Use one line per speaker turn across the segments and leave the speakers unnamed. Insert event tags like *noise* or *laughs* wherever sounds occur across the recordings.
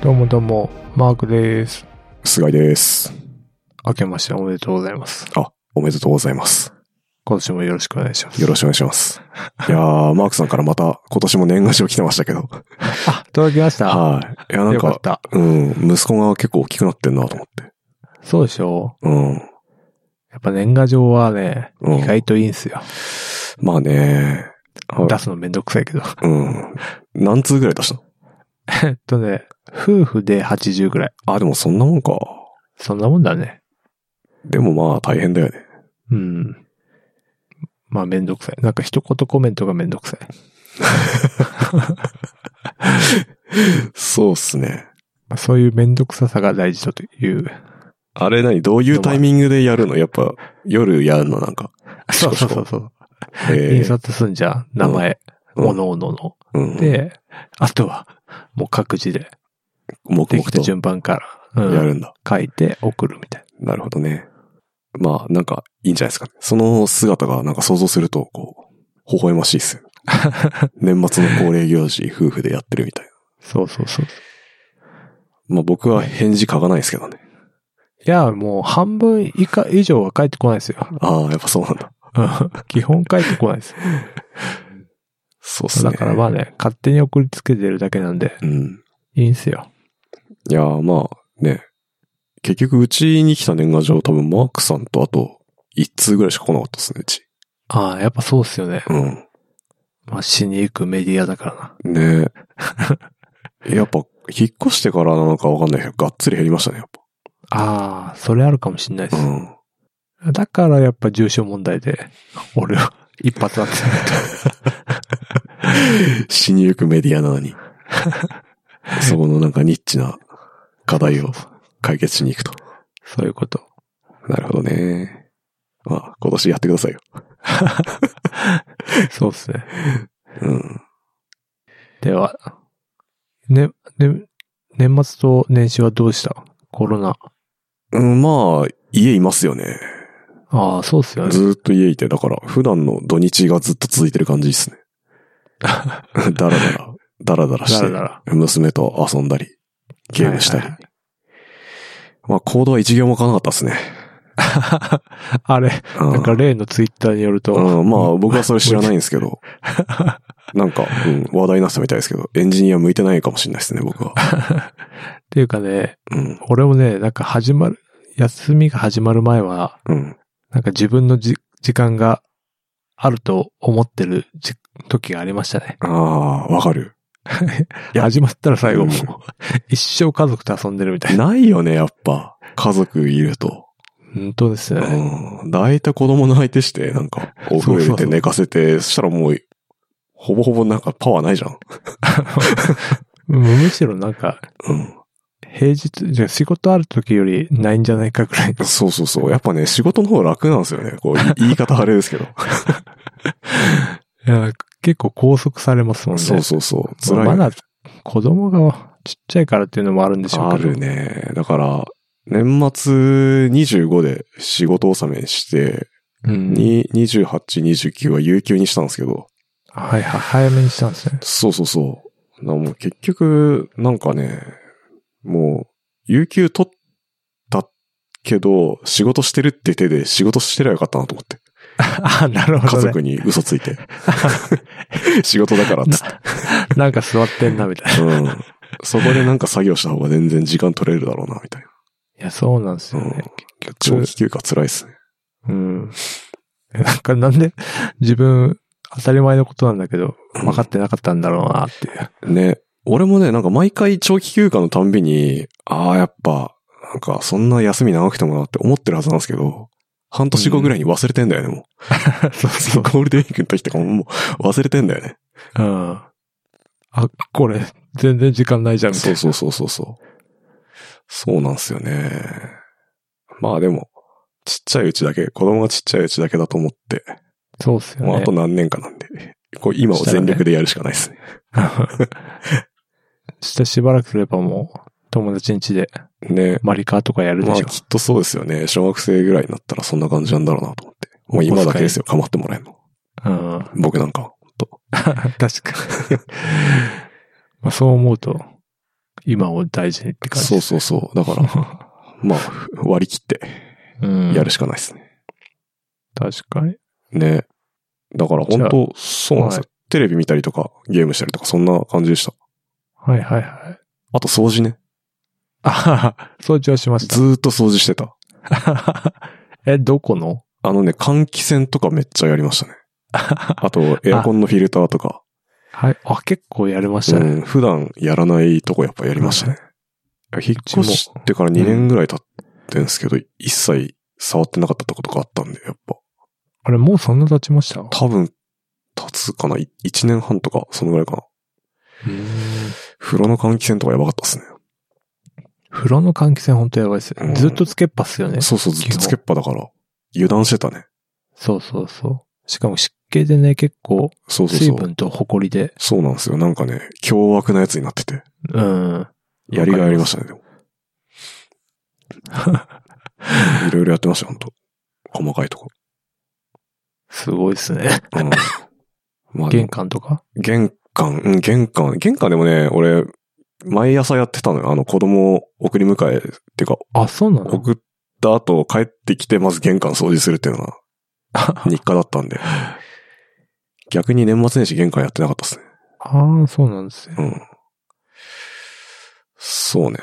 どうもどうも、マークです。
菅井です。
明けましておめでとうございます。
あ、おめでとうございます。
今年もよろしくお願いします。
よろしくお願いします。いやー、マークさんからまた今年も年賀状来てましたけど。
あ、届きました。
はい。いや、なん
よかっ
か、
た。
うん、息子が結構大きくなってんなと思って。
そうでしょ
うん。
やっぱ年賀状はね、
うん
意外といいんすよ。
まあねはい
出すのめんどくさいけど。 *laughs*
うん。何通ぐらい出したの
えっとね、夫婦で80ぐらい。
あ、でもそんなもんか。
そんなもんだね。
でもまあ大変だよね。 *laughs*
うん。まあめんどくさい。なんか一言コメントがめんどくさい。
そうっすね。
まあそういうめんどくささが大事だという。
あれ何どういうタイミングでやるのやっぱ夜やるのなんか。
*laughs* そうそうそうそう。
え
印刷すんじゃん。名前。
うん
おのおのの。
うん、
で、あとは、もう各自で、
黙
で
々
きた
と
順番から、うん
やるんだ。
書いて送るみたい
なるほどね。まあ、なんか、いいんじゃないですか、ね。その姿が、なんか想像すると、こう、微笑ましいっす
*laughs*
よ。年末の恒例行事、夫婦でやってるみたい
な。そうそうそう。
な。まあ僕は返事書かないですけどね。
いや、もう半分以下以上は返ってこないです *laughs* よ。
ああ、やっぱそうなんだ。
うん基本返ってこないです。
そうっすね。
だからまあね、勝手に送りつけてるだけなんで、
うん。
いいんすよ。
いやー、まあ、ね。結局、うちに来た年賀状、多分マークさんと、あと、一通ぐらいしか来なかったですね、うち。
ああ、やっぱそうっすよね。
うん。
まあ、死に行くメディアだからな。 *laughs*
ねやっぱ、引っ越してからなのかわかんないけど、がっつり減りましたね、やっ
ああ、それあるかもしんないで
ぱ。う
す。
ん。
だからやっぱ重症問題で、俺は *laughs* 一発当てない
*laughs* 死にゆくメディアな *laughs* のに。そこのなんかニッチな課題を解決しに行くと。
と。そういうこと。
なるほどね。まあ、今年やってくださいよ。
そうっすね。
うん。
では、ね、ね、年末と年始はどうしたコロナ。
うん、まあ、家いますよね。
ああ、そうっすよね。
ずーっと家いて、だから普段の土日がずっと続いてる感じです *laughs* ね。だらだら、だらだらし
だ
て
ら、だら。
娘と遊んだり、ゲームしたり。
はいはい
まあ、行動は一行も書かなかったですね。
あれ、
うん
なんか例のツイッターによると。
うん、まあ僕はそれ知らないんです
*laughs*
けど。なんか、うん、話題になってたみたいですけど、エンジニア向いてないかもしれないです
*laughs*
ね、僕は。
っていうかね、
うん、
俺もね、なんか始まる、休みが始まる前は、
うん、
なんか自分のじ時間があると思ってるじ時がありましたね。
ああ、わ
*laughs*
かる。や
始まったら最後もう
うん
一生家族と遊んでるみたいな。
ないよね、やっぱ。家族いると。
本当ですよね。
うん。大体子供の相手して、なんか、お
そ
風呂入
う
れ
そうそ
て
う
寝かせて、そしたらもう、ほぼほぼなんかパワーないじゃん。
むむしろなんか、
うん。
平日、じゃあ仕事ある時よりないんじゃないかぐらいの。
そうそうそう。やっぱね、仕事の方楽なんですよね。こう、い *laughs* 言い方あれです
*laughs*
けど。
いや結構拘束されますもんね。
そうそうそう。
ま
辛
あ
いよね。
まだ子供がちっちゃいからっていうのもあるんでしょう
あ
けど。
るね。だから、年末25で仕事納めして、
うん。
に28、29は有給にしたんですけど、
はいはい。早めにしたんですね。
そうそうそう。なもう結局、なんかね、もう、有給取ったけど、仕事してるって手で仕事してりゃよかったなと思って。
*laughs* あ、なるほど、
家
ね。
族に嘘つ
*laughs*
いて。仕事だからっつって。
なんか座ってんな、みたいな。
うん。そこでなんか作業した方が全然時間取れるだろうな、みたいな。
*laughs* いや、そうなんですよね。結
長
局
期。休暇辛いっすね。
うん。なんかなんで自分当たり前のことなんだけど、分かってなかったんだろうなっていう。
ね。俺もね、なんか毎回長期休暇のたんびに、ああ、やっぱ、なんかそんな休み長くてもなって思ってるはずなんですけど、半年後ぐらいに忘れてんだよね、も *laughs*
そう
う。
そう。
ゴールデンウィークの時とかももう忘れてんだよね。
うん。あ、これ、全然時間ないじゃん、みたい
そう
な。
そうそうそうそう。そうなんですよね。まあでも、ちっちゃいうちだけ、子供がちっちゃいうちだけだと思って、
そうっすよね。
もうあと何年かなんで、こう今を全力でやるしかないですね。
してしばらくすればもう、友達ん家で
ね。
マリカーとかやるで
まあ
しょ。
きっとそうですよね。小学生ぐらいになったらそんな感じなんだろうなと思って。もう今だけですよ、構ってもらえるの。
うん。
僕なんか。
*laughs* 確かに。まあそう思うと、今を大事にって感じ。
そうそうそう。だから、まあ、 *laughs* 割り切って
*laughs* うん。
やるしかないですね。
確かに。
ね。だから本当、そうなんですよ。
は
テレビ見たりとか、ゲームしたりとか、そんな感じでした。
はいはいはい。
あと掃除ね。
あはは、掃除をしました
ず。ーっと掃除してた。
*laughs* え、どこの
あのね、換気扇とかめっちゃやりま
*laughs*
したね。あと、エアコンのフィルターとか。
はい。あ、結構やりました
う
ね。
ん、普段やらないとこやっぱやりましたね。引っ越してから2年ぐらい経ってんですけど、一切触ってなかったとことがあったんで、やっぱ。
あれ、もうそんな経ちましたう
多分、経つかな ?1 年半とか、そのぐらいか
ー
な。
ん
風呂の換気扇とかやばかったっすね。
風呂の換気扇ほんとやばいっす
うん
ね。ずっとつけっぱっすよね。
そうそう、ずっとつけっぱだから。油断してたね。
そうそうそう。しかも湿気でね、結構、
そうそう
水
そう。
分と埃で、
そうなんですよ。なんかね、凶悪なやつになってて。
うん。。
やりがいありましたたね、でも。 *laughs* いろいろやってましたよ、ほんと。細かいとこ。
すごいっすね。
*laughs* うん。まあでも
玄関とか
玄関、うん、玄関、玄関でもね、俺、毎朝やってたのよ。あの、子供を送り迎え、っていうか、
あ、そうなの
送った後帰ってきて、まず玄関掃除するっていうのが、日課だったんで。逆に年末年始玄関やってなかったっすね。
ああ、そうなんですね。
うん。そうね。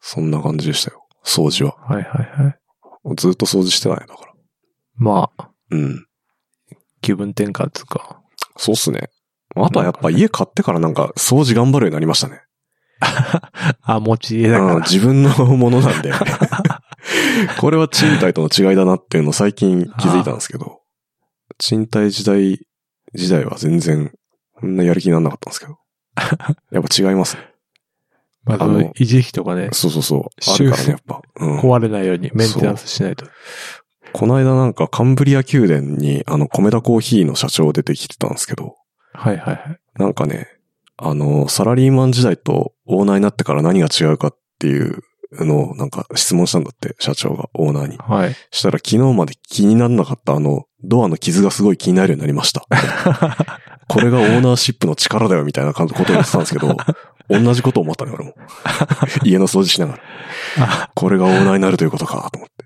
そんな感じでしたよ。掃除は。
はいはいはい。
ずっと掃除してない、だから。
まあ、
うん。
気分転換っつうか。
そうっすね。あとはやっぱ家買ってからなんか掃除頑張るようになりましたね。
あ、持ち家だか
うん
ら。
自分のものなんで。
*laughs*
これは賃貸との違いだなっていうのを最近気づいたんですけど、賃貸時代、時代は全然、こんなやる気にならなかったんです
*laughs*
けど。やっぱ違いますね。
まあ、そ
あ
の
の
維持費とかね、
そうそうそう。あるからね、やっぱ。うん。
壊れないようにメンテナンスしないと。
この間なんかカンブリア宮殿に、あの、米田コーヒーの社長出てきてたんですけど、
はいはいはい。
なんかね、あの、サラリーマン時代とオーナーになってから何が違うかっていうのをなんか質問したんだって、社長がオーナーに。
はい。
したら昨日まで気にならなかったあの、ドアの傷がすごい気になるようになりま *laughs* した。これがオーナーシップの力だよみたいなことを言ってたんですけ *laughs* ど、同じことを思ったね、俺も。家の掃除しながら。これがオーナーになるということか、と思って。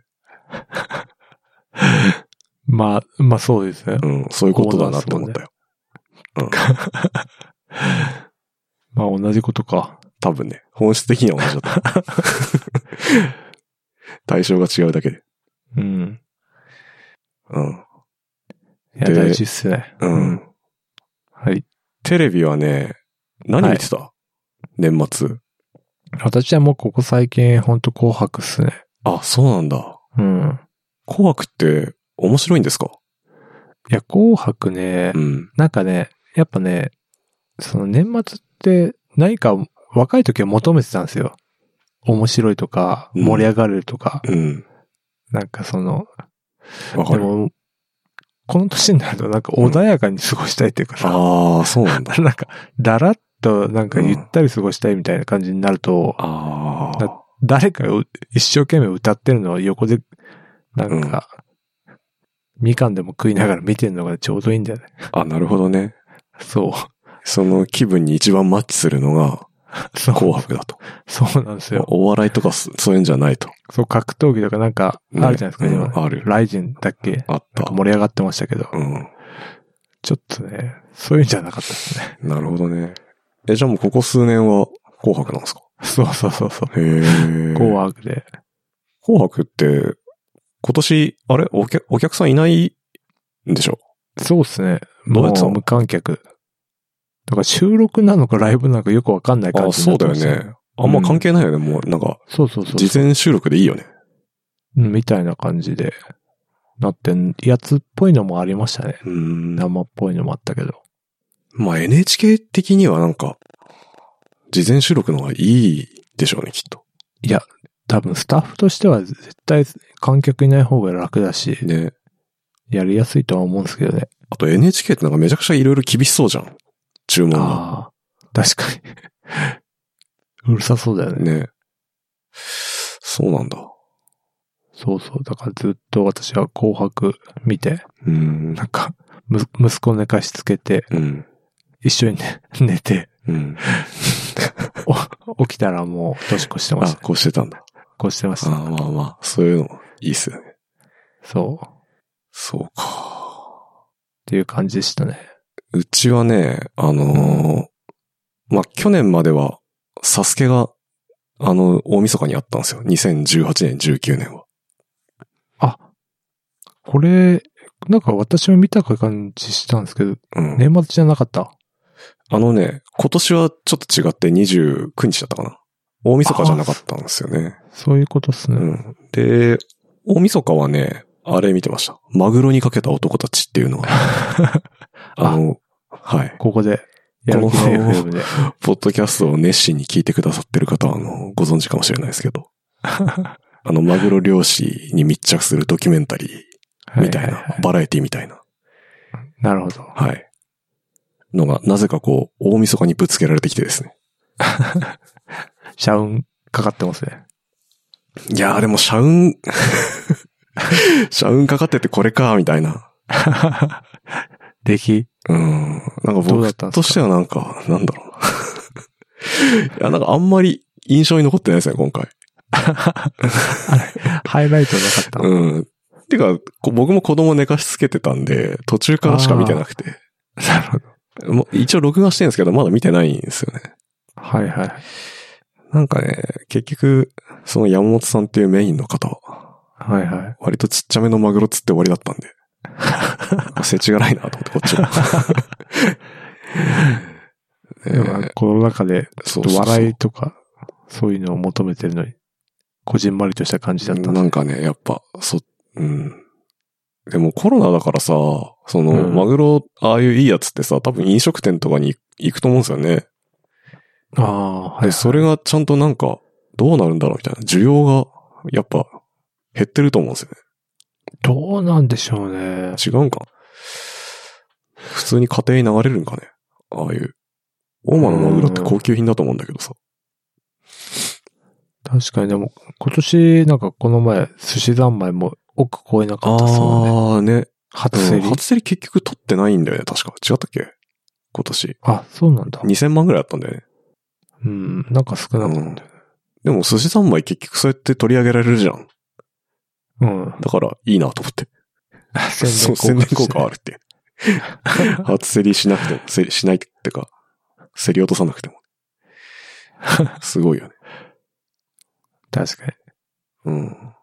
まあ、まあそうですね。
うん、そういうことだなと思ったよ。うん、
まあ同じことか。
多分ね、本質的には同じだった。 *laughs* 対象が違うだけで。
うん。
うん。
いや、
で
大事っすね。
うん。。
はい。
テレビはね、何見てた、年末。
私はもうここ最近、ほんと紅白っすね。
あ、そうなんだ。
うん。
紅白って面白いんですか
いや、紅白ね、
うん。
なんかね、やっぱね、その年末って何か若い時は求めてたんですよ。面白いとか、
うん
盛り上がるとか、
うん。
なんかその、
わか
で
る。
も、この年になるとなんか穏やかに過ごしたいっていうかさ、
ああ、そうなんだ。
*laughs* なんか、だらっとなんかゆったり過ごしたいみたいな感じになると、
*laughs* ああ。
誰かが一生懸命歌ってるのを横で、なんか、みかんでも食いながら見てるのがちょうどいいんだよね。
あ、なるほどね。 *laughs*
そう。
その気分に一番マッチするのが
そう。
紅白だと。
そうなんですよ。
お笑いとかそそういうんじゃないと。
そう、格闘技とかなんか、
ね
あるじゃないですか、
うん
今
ある
ライジンだっけな
あっ
ん
た
か。盛り上がってましたけど、
うん。
ちょっとね、そういうんじゃなかったですね。
なるほどね。え、じゃあもうここ数年は紅白なんですか
そうそうそうそう。
へ *laughs* え。
紅白で。
紅白って、今年、あれお客お客さんいないんでしょ
そうですね。
どうやってたの
も無観客。だから収録なのかライブなのかよくわかんない感
あ
じ
そ
にな
う
って
だよ
ました
ね。。あんま関係ないよね。もうなんか、
そうそうそう。
事前収録でいいよね。
うんみたいな感じで、なってん、やつっぽいのもありましたね。
うん
生っぽいのもあったけど。
まあ NHK 的にはなんか、事前収録の方がいいでしょうね、きっと。
多分スタッフとしては絶対観客いない方が楽だし、
ね。
やりやすいとは思うんですけどね。
あと NHK ってなんかめちゃくちゃいろいろ厳しそうじゃん。注文が。
ああ、確かに。 *laughs* うるさそうだよね。
ね。そうなんだ。
そうそう。だからずっと私は紅白見て、
うん
な。んか、む息子を寝かしつけて、
うん。
一緒に、ね、寝て、
うん。
お起きたらもう年越してまし
あ、
た。
こうしてたんだ。
越してました。
あーまあまあ、そういうの、いいっすよね。
そう。っ
そうか。
ていう感じでしたね。
うちはね、あのーまあ、去年までは、サスケが、あの、大晦日にあったんですよ。2018年、19年は。
これ、なんか私も見た感じしたんですけど、
うん。
年末じゃなかった。
あのね、今年はちょっと違って29日だったかな。大晦日じゃなかったんですよね。
そういうことっすね。
うん。で、大晦日はね、あれ見てました。マグロにかけた男たちっていうの *laughs* が。あの、はい。
ここで、やる気ない FM で。
ポッドキャストを熱心に聞いてくださってる方は、あの、ご存知かもしれないですけ *laughs* ど。あの、マグロ漁師に密着するドキュメンタリーみたい
はは
な、バラエティみたいな、
なるほど。
はい。のが、なぜかこう、大晦日にぶつけられてきてですね。
社運かかってますね。
いやーでも、社運、 *laughs* 社運かかっててこれか、みたいな。
でき
うん。な
ど
んか
うだ
僕
ったんですか
としてはなんか、なんだろうな。 *laughs* いや、なんかあんまり印象に残ってないですね、今回。
ハイライトなかったの、
うん。てか、こ僕も子供寝かしつけてたんで、途中からしか見てなくて。
なるほど。
もう一応録画してるんですけど、まだ見てないんですよね。
はいはい。
なんかね、結局、その山本さんっていうメインの方は、
はいはい。
割とちっちゃめのマグロ釣って終わりだったん
*laughs*
で。あ世知がないなと思って、こっちも。
*laughs* でも
ね
この中で、
そうそうそう
笑いとか、そういうのを求めてるのに、こじんまりとした感じだったんで
な
すね
んかね、やっぱ、そ、うん。でもコロナだからさ、その、
うん
マグロ、ああいういいやつってさ、多分飲食店とかに行くと思うんですよね。
ああ、はいはい。
で、それがちゃんとなんか、どうなるんだろうみたいな。需要が、やっぱ、減ってると思うんですよね。
どうなんでしょうね。
違うんか普通に家庭に流れるんかねああいう。大間のマグロって高級品だと思うんだけどさ。
確かに、でも、今年、なんかこの前、寿司三昧も奥超えなかったそうね。
あーね。
初競
うん
り。
初競り結局取ってないんだよね、確か。違ったっけ今年。
あ、そうなんだ。
2000万ぐらいあったんだよね。
うん、なんか少なかったんだよね。
でも寿司三昧結局そうやって取り上げられるじゃん。
*laughs* うん。
だからいいなと思って。そ
宣
う宣伝
伝
効果はあ
*laughs* る。
るっていう。初競りしなくても、競りしないってか、競り落とさなくて *laughs* も。すごいよね。
確かに。
うん。だか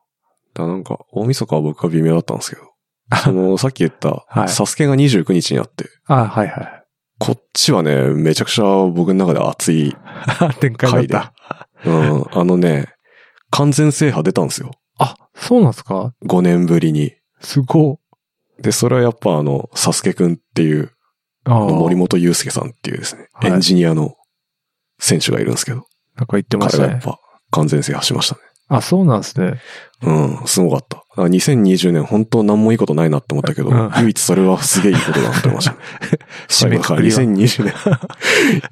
らなんか、大晦日は僕は微妙だったんですけど、その、さっき言った、
*laughs* はい
サスケが29日にあって、
あはいはい。
こっちはね、めちゃくちゃ僕の中で熱い、
*laughs* 展開だった。 *laughs*
うん、あのね、完全制覇出たんですよ。
あ、そうなんですか
5年ぶりに。
すごい。
で、それはやっぱあの、サスケくんっていう、
ああ。
森本祐介さんっていうですね、
はい
エンジニアの選手がいるんですけど、
なんか言ってまし
彼が
た
やっ
ね。
ぱ完全制覇しましたね。
あ、そうなんです *laughs* ね。
うん、すごかった。だから2020年本当何もいいことないなって思ったけど、
うん
唯一それはすげえいいことだなって思いましたね。
*laughs* 締めくくりは。い
2020年、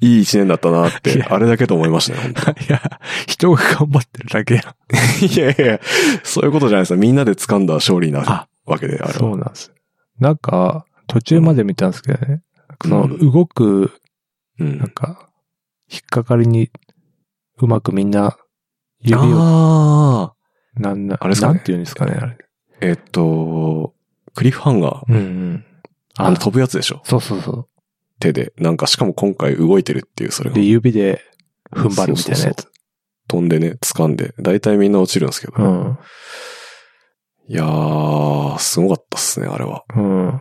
*laughs*
いい1年だったなっ
い
て、
や
あれだけと思いましたね、本当
や、人が頑張ってるだけや。
いやいやいや、そういうことじゃないですよ。みんなで掴んだ勝利な
あ
わけで、あれ
そ
は。
うなんです。なんか、途中まで見たんですけどね。その、動く、
う
なん
ん。
か、引っかかりに、うまくみんな、指を、
ああ、
なんな、
あれですかね
なんて言うんですかね、あれ。
えっと、クリフハンガー、
うんうん。
あの飛ぶやつでしょ。
そうそうそう。
手で。なんか、しかも今回動いてるっていう、それが
で、。指で踏ん張るみたいなや
そうそうそ
つ。
飛んでね、掴んで。大体みんな落ちるんですけど。
うん。
いやー、すごかったっすね、あれは。
うん。
うん。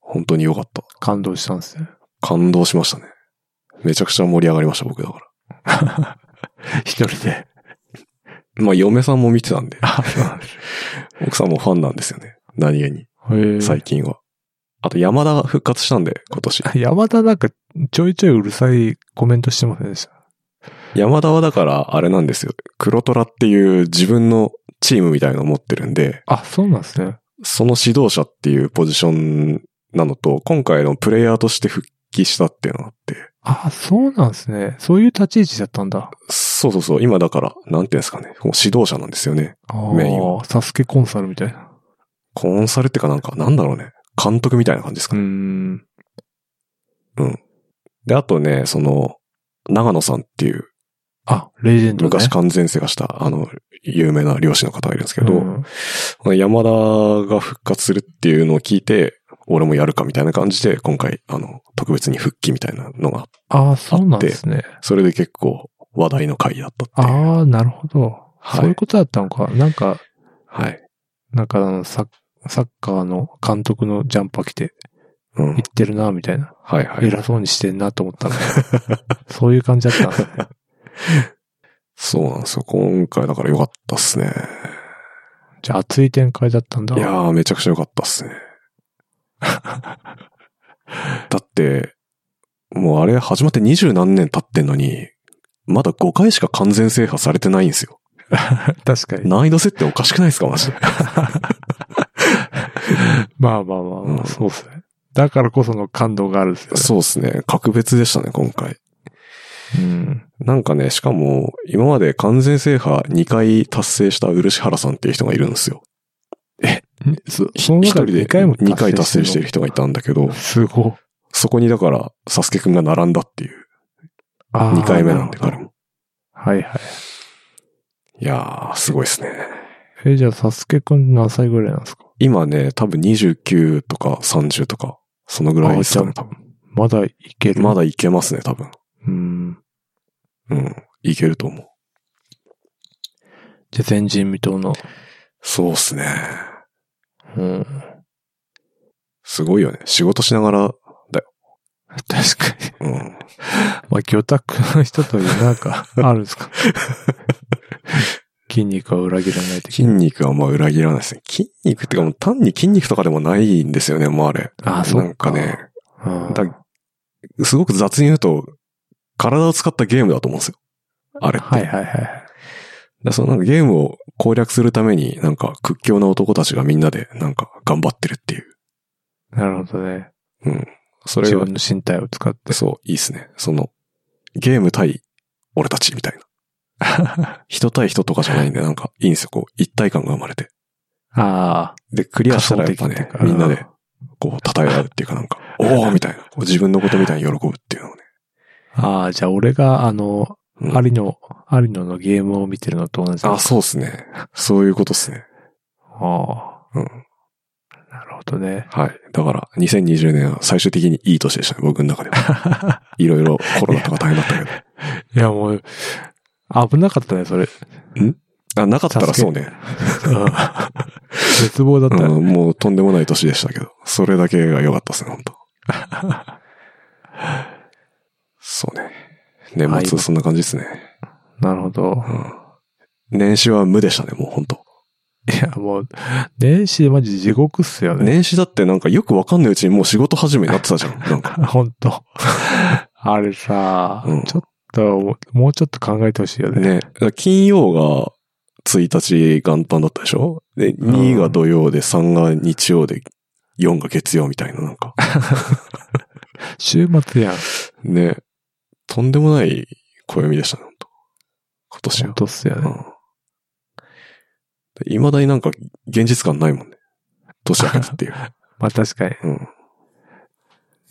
本当に良かった。
感動したんですね。
感動しましたね。めちゃくちゃ盛り上がりました、僕だから。
一人で。
まあ、嫁さんも見てたんで。
あ、
奥さんもファンなんですよね。何気に。
へえ
最近は。あと、山田が復活したんで、今年。
山田なんかちょいちょいうるさいコメントしてませんでした。
山田はだから、あれなんですよ。黒虎っていう自分のチームみたいのを持ってるんで、
あ、そうなんですね。
その指導者っていうポジションなのと、今回のプレイヤーとして復帰したっていうのがあって、
あ、そうなんですね。そういう立ち位置だったんだ。
そうそうそう、今だから、なんていうんですかね、もう指導者なんですよね。
あー
メインは
サスケコンサルみたいな。
コンサルってかなんか、なんだろうね。監督みたいな感じですかね
うーん。
で、あとね、その、長野さんっていう、
あ、レジェンド、ね。
昔完全世がした、あの、有名な漁師の方がいるんですけど、
うん
山田が復活するっていうのを聞いて、俺もやるかみたいな感じで、今回、あの、特別に復帰みたいなのが、
ああ、そうなんですね。
それで結構話題の回だったっていう。
ああ、なるほど。
はい
そういうことだったのか。なんか、
はい。
なんかあのサッ、サッカーの監督のジャンパー着て、
うん。
行ってるな、みたいな。
はいはい。
偉そうにしてんなと思ったの。 *laughs* そういう感じだったんですね。 *laughs*
そうなんですよ。今回だから良かったっすね。
じゃあ熱い展開だったんだ。
いやー、めちゃくちゃ良かったっ *laughs* すね。だって、もうあれ始まって二十何年経ってんのに、まだ5回しか完全制覇されてないんですよ。
確かに。
難易度設定おかしくないですかマジで。
まあまあまあ、まあ
うん
そうですね。だからこその感動があるんですよね。
*laughs* そうですね。格別でしたね、今回。
うん。
なんかね、しかも、今まで完全制覇2回達成した漆原さんっていう人がいるんですよ。
そ
ひ
の
一
中
人で
2回も
2回達成して
る
る人がいたんだけど
の。、すごい。
そこにだから、サスケくんが並んだっていう、
あー
2回目なんで、
るほど
彼も。
はいはい。
いやー、すごいですね。
え、じゃあ、サスケくん何歳ぐらいなんですか
今ね、多分29とか30とか、そのぐらいですかね、
あじ
多
ゃあ
分。
まだいける。
ま
だ。
だいけますね、多分。
うん。
うん。いけると思う。
じゃあ、前人未到の。
そうっすね。
うん。
すごいよね。仕事しながら、
確かに。
うん。
まあ、魚拓の人というなん
*laughs*
か、あるんですか筋肉は裏切らない的
筋
な。
肉はまあ裏切らないですね。筋肉ってかもう単に筋肉とかでもないんですよね、もうあれ。
あー
なんかね、
あー
だすごく雑に言うと、体を使ったゲームだと思うんですよ。あれって。
はいはいはい。
だそのなんかゲームを攻略するために、なんか屈強な男たちがみんなで、なんか頑張ってるっていう。
なるほどね。
うん。それ
自
が
分、の身体を使って。
そう、いいっすね。その、ゲーム対俺たちみたい *laughs* な。人対人とかじゃないんで、なんかいいんですよ。こう、一体感が生まれて。
ああ。
で、クリアしたらやっぱ
仮想的っ
ね
ていう、か
みんなで、こう、称え合うっていうかなんか、 *laughs* おーみたいな。こう自分のことみたいに喜ぶっていうのをね。
ああ、じゃあ俺が、あの、
うん
アリノ、アリノのゲームを見てるのと同じだ
あ、そうっすね。そういうことっすね。
あ
うん。
あ。なるほどね。
はい。だから、2020年は最終的にいい年でしたね、僕の中で *laughs* は。いろいろコロナとか大変だった
い
け
や、もう、危なかったね、それ。
ど。あ、なかったらそうね。
*laughs* 絶望だったね。
うん、もうとんでもない年でしたけど、それだけが良かったですね、本
*laughs*
当そうね。年末そんな感じですね。
なるほど。
うん。年始は無でしたね、もう本当
いや、もう、年始マジ地獄っすよね。
年始だってなんかよくわかんないうちにもう仕事始めになってたじ
*laughs*
ゃん。なんか。
ほんと。 *laughs* あれさ、
うん
ちょっと、もうちょっと考えてほしいよね。
ね。だから金曜が1日元旦だったでしょで、2が土曜で3が日曜で4が月曜みたいななんか。
週末やん。
ね。とんでもない暦でしたね、本当今年
ほん
は。
とっすよね。
うん。いまだになんか現実感ないもんね。年明けた
*laughs*
っていう。
まあ確かに。
うん。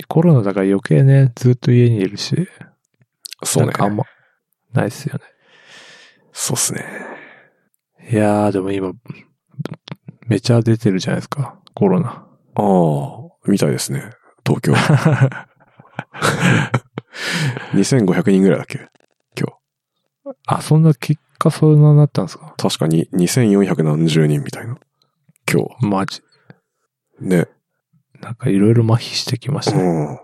コロナだから余計ね、ずっと家にいるし。
そう
な
ね
ん。かあんま、ないっすよ
そうっすね。
ね。いやー、でも今、めちゃ出てるじゃないですか。コロナ。
ああ、みたいですね。東
*laughs*
京。2500人ぐらいだっけ
あ、そんな結果そんなになったんですか
確かに2400何十人みたいな。今日。
マジ。
ね。
なんかいろいろ麻痺してきましたね。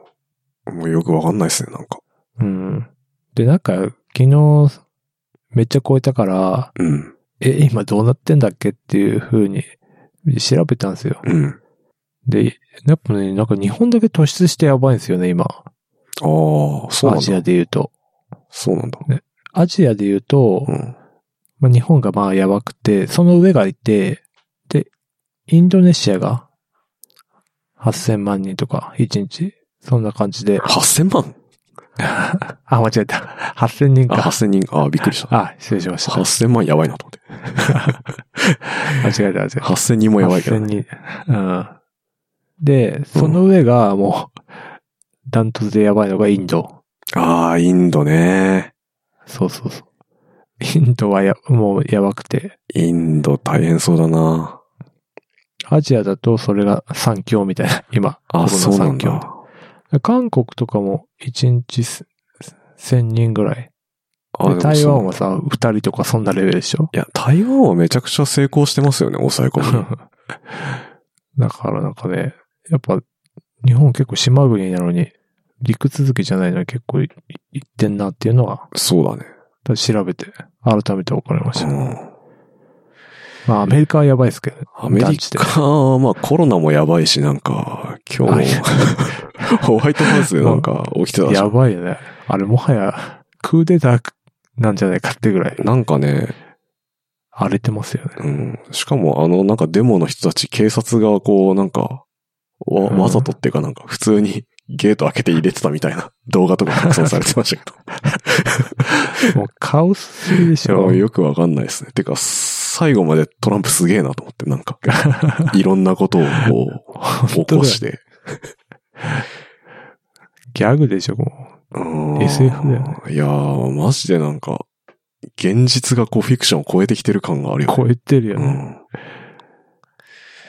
うん。もうよくわかんないっすね、なんか。
うん。で、なんか、昨日、めっちゃ超えたから、
うん。
え、今どうなってんだっけっていう風に調べたんですよ。
うん。
で、やっぱね、なんか日本だけ突出してやばいんですよね、今。
ああ、そう
ア
なん
ジ
だ。
アで言うと。
そうなんだ。
アジアで言うと、
うん。
まあ、日本がまあやばくて、その上がいて、で、インドネシアが8000万人とか、1日。そんな感じで。
8000万
あ、間違えた。8000人
あ、
か。
8000人。ああ、びっくりした。
あ、失礼しました。
8000万やばいなと思って。
間違えた、間違えた。
8000人もやばいけど
8000。人。うん。で、その上がもう、ダントツでやばいのがインド。
ああ、インドね。
そうそうそう。インドはや、もうやばくて、
インド大変そうだな。
アジアだとそれが3強みたいな、今。
あ、
コロナ
そうなん
三強
だ。
韓国とかも1日す1000人ぐらい。
あ
で台湾。
でも
は
そう
さ、2人とかそんなレベルでしょ *laughs*
いや、台湾はめちゃくちゃ成功してますよね、抑え込むの。
だからなんかね、やっぱ日本結構島国なのに、陸続きじゃないのに結構い行ってんなっていうのは、
そうだね。
調べて改めて分かりました。
うん
まあアメリカはやばいですけどね。
アメリカは、まあコロナもやばいし、なんか、今
あい
日、 *laughs* ホワイトハウスでなんか起きてたじ
や
ゃん。
ばいよね。あれもはやクーデターなんじゃないかってぐらい
なんかね、
荒れてますよね。
うん。しかも、あの、なんかデモの人たち、警察がこう、なんか、わ、
うん
わざとっていうかなんか、普通にゲート開けて入れてたみたいな動画とか拡散されてましたけ *laughs*
もうカオスすぎでし
ど。。
ょ
よくわかんないですね。てか、最後までトランプすげえなと思って、なんか、 *laughs* いろんなことをこ
*laughs*
う、
当
起
だよ
こして。
ギャグでしょ、も
うん
SF だよね
いやー、マジでなんか、現実がこう、フィクションを超えてきてる感がある
う。
よね。
超えてるよ
う
ね。
ん。